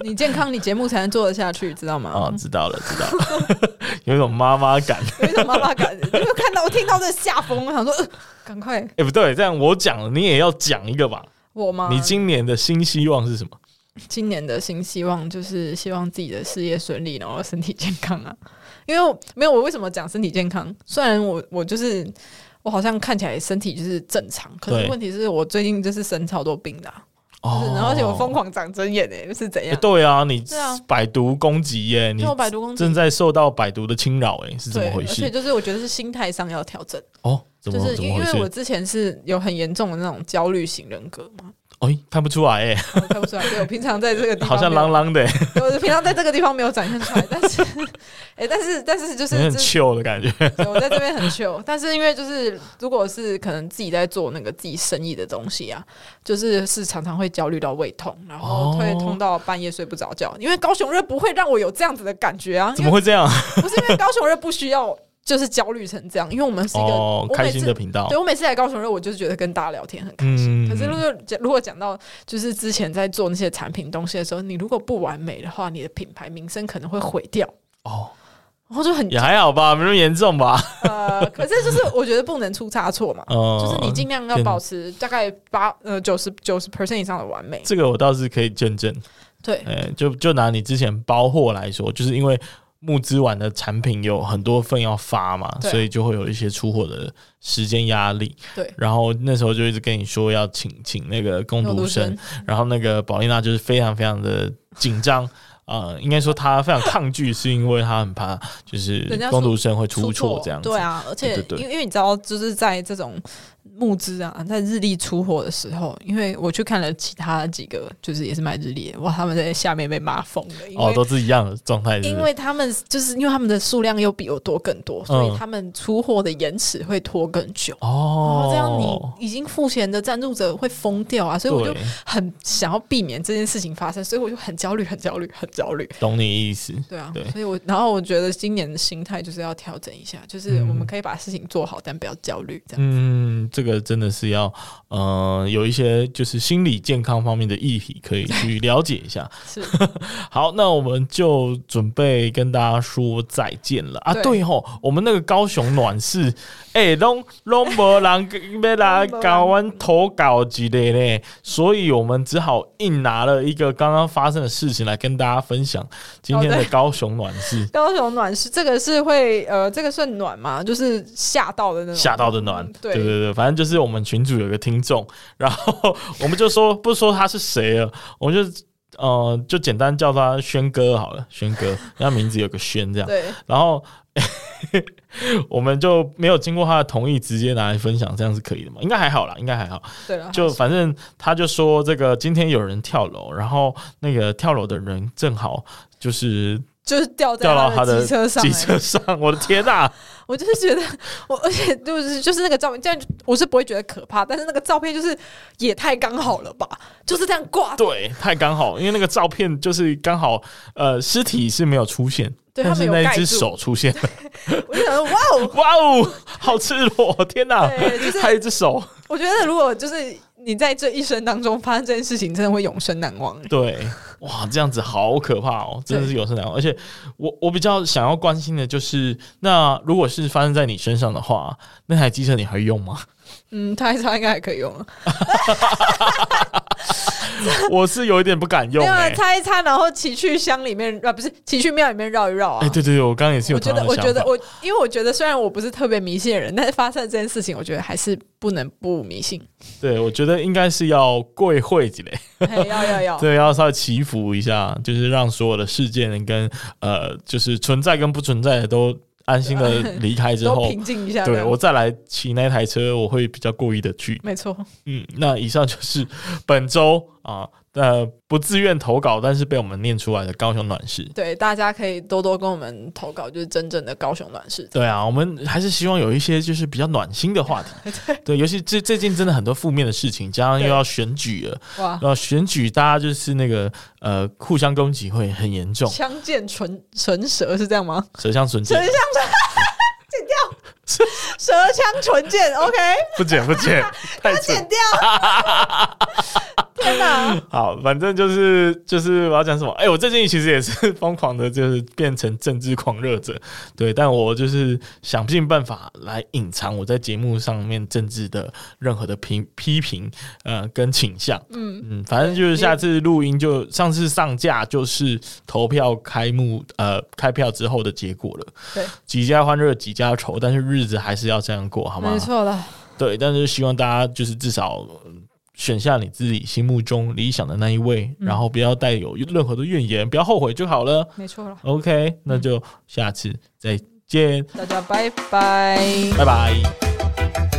你健康，你节目才能做得下去，知道吗？啊，知道了，知道了， 有一种妈妈感。有一种妈妈感， 因为看到我听到这吓疯，我想说，呃赶、快哎，不对，这样我讲了，你也要讲一个吧？我吗？你今年的新希望是什么？今年的新希望就是希望自己的事业顺利，然后身体健康啊。 因为我没有我为什么讲身体健康？虽然我我就是我好像看起来身体就是正常，可对是问题是我最近就是生超多病的、啊，就是哦然后而且我疯狂长针眼诶、是怎哎样？对啊，你对啊百毒攻击耶，你就我百毒攻击正在受到百毒的侵扰，哎，是怎对，么回而且事？就是我觉得是心态上要调整，哦，怎就么是怎因么回因为我事？之前是有很严重的那种焦虑型人格嘛，哎，看不出来，哎，我看不出来。对我平常在这个地方好像没有朗朗的，哎对我平常在这个地方没有展现出来，但是 哎、但是但是就是你很就是 chill 的 感觉。对我在这边很 chill，但是因为就是如果是可能自己在做那个自己生意的东西啊，就是是常常会焦虑到胃痛，然后哦会痛到半夜睡不着觉。因为高雄热不会让我有这样子的感觉啊，怎因么为会这样？不是因为高雄热不需要就是焦虑成这样，因为我们是一个、哦，我开每心的次频道对，我每次来高雄热，我就是觉得跟大家聊天很开嗯心。可是如果如果讲到就是之前在做那些产品东西的时候，你如果不完美的话，你的品牌名声可能会毁掉，哦，然后就很也还好吧，没那么严重吧。呃，可是就是我觉得不能出差错嘛，嗯， 就是你尽量要保持大概八呃九十九十 percent 以上的完美。这个我倒是可以见证。对哎、就就拿你之前包货来说，就是因为募资完的产品有很多份要发嘛，对啊所以就会有一些出货的时间压力。对，然后那时候就一直跟你说要请请那个工工读读生生，然后那个宝丽娜就是非常非常的紧张。 呃，应该说她非常抗拒，是因为她很怕就是人家工出读生会出错这样子。对啊，而且对对对因为因为你知道，就是在这种募资啊，在日历出货的时候，因为我去看了其他几个，就是也是卖日历的，哇，他们在下面被骂疯了，因为、哦，都是一样的状态，是因不是？为他们就是因为他们的数量又比我多更多，所嗯以他们出货的延迟会拖更久。然哦后，这样你已经付钱的赞助者会疯掉啊，所以我就对，很想要避免这件事情发生，所以我就很焦虑，很焦虑，很焦虑。懂你意思。对啊， 对所以我然后我觉得今年的心态就是要调整一下，就是嗯我们可以把事情做好，但不要焦虑。这样、嗯，这个真的是要呃有一些就是心理健康方面的议题可以去了解一下。是好，那我们就准备跟大家说再见了啊！对对吼，我们那个高雄暖室， 哎、拢拢没人要来搞完投稿之类嘞，所以我们只好硬拿了一个刚刚发生的事情来跟大家分享今天哦的对高雄暖室。高雄暖是这个是会呃，这个算暖吗？就是吓到的那种吓到的暖嗯，对对对对，反正就是我们群主有个听众，然后我们就说不说他是谁了，我们就呃就简单叫他轩哥好了，轩哥， 他名字有个轩这样，对然后 我们就没有经过他的同意直接拿来分享，这样是可以的吗？应该还好啦，应该还好，对了，就反正他就说这个今天有人跳楼，然后那个跳楼的人正好就是就是掉在掉到他的的机车上、机欸车上，我的天呐！我就是觉得我，而且就是就是那个照片，这样我是不会觉得可怕，但是那个照片就是也太刚好了吧，就是这样挂。 对，太刚好，因为那个照片就是刚好，呃，尸体是没有出现，对但是他们有那一盖只住手出现了，我就想说，哇 哦，哇哦，好赤裸，天呐！对，就是还有一只手，我觉得如果就是你在这一生当中发生这件事情，真的会永生难忘。欸对，哇，这样子好可怕哦，真的是有生难忘。而且我我比较想要关心的就是，那如果是发生在你身上的话，那台机车你还会用吗？ 嗯，他他应该还可以用啊了，我是有一点不敢用没有啊哎、擦一擦，然后骑去乡里面啊，不是骑去庙里面绕一绕啊。哎、对对对，我刚刚也是有我觉同样得，的我想法。觉得我，因为我觉得虽然我不是特别迷信的人，但是发生这件事情，我觉得还是不能不迷信。 对，我觉得应该是要跪会几嘞，嘿要要要，对，要稍微祈福一下，就是让所有的事件跟呃，就是存在跟不存在的都安心的离开之都后，平静一下。这对样我再来骑那台车，我会比较过意的去。没错，嗯，那以上就是本周啊，呃，不自愿投稿，但是被我们念出来的高雄暖事。对，大家可以多多跟我们投稿，就是真正的高雄暖事。对啊，我们还是希望有一些就是比较暖心的话 题。对，尤其最最近真的很多负面的事情，加上又对要选举了，哇，然后选举大家就是那个呃互相攻击会很严重，枪剑唇唇舌是这样吗？舌相唇舌剑枪，唇，剪掉，舌枪唇剑，OK， 不剪 不剪，太蠢 剪。掉。天哪，好，反正就是就是我要讲什么？哎、我最近其实也是疯狂的，就是变成政治狂热者，对，但我就是想尽办法来隐藏我在节目上面政治的任何的批批评，呃，跟倾向。嗯嗯，反正就是下次录音就上次上架就是投票开幕，呃，开票之后的结果了。对，几家欢乐几家愁，但是日子还是要这样过，好吗？没错了，对，但是希望大家就是至少嗯选下你自己心目中理想的那一位，然后不要带有任何的怨言，不要后悔就好了。没错了， OK，那就下次再见，大家拜拜。拜拜。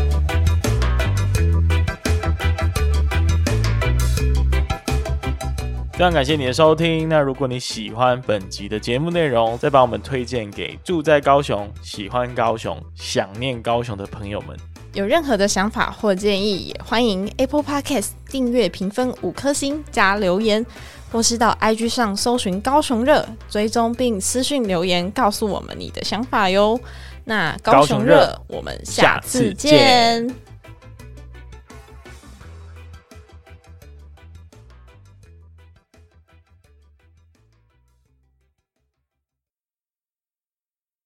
非常感谢你的收听。那如果你喜欢本集的节目内容，再把我们推荐给住在高雄、喜欢高雄、想念高雄的朋友们。有任何的想法或建议，也欢迎 Apple Podcast 订阅、评分五颗星加留言，或是到 IG 上搜寻“高雄热”，追踪并私讯留言告诉我们你的想法哟。那高高雄雄热，热我们下下次次见见。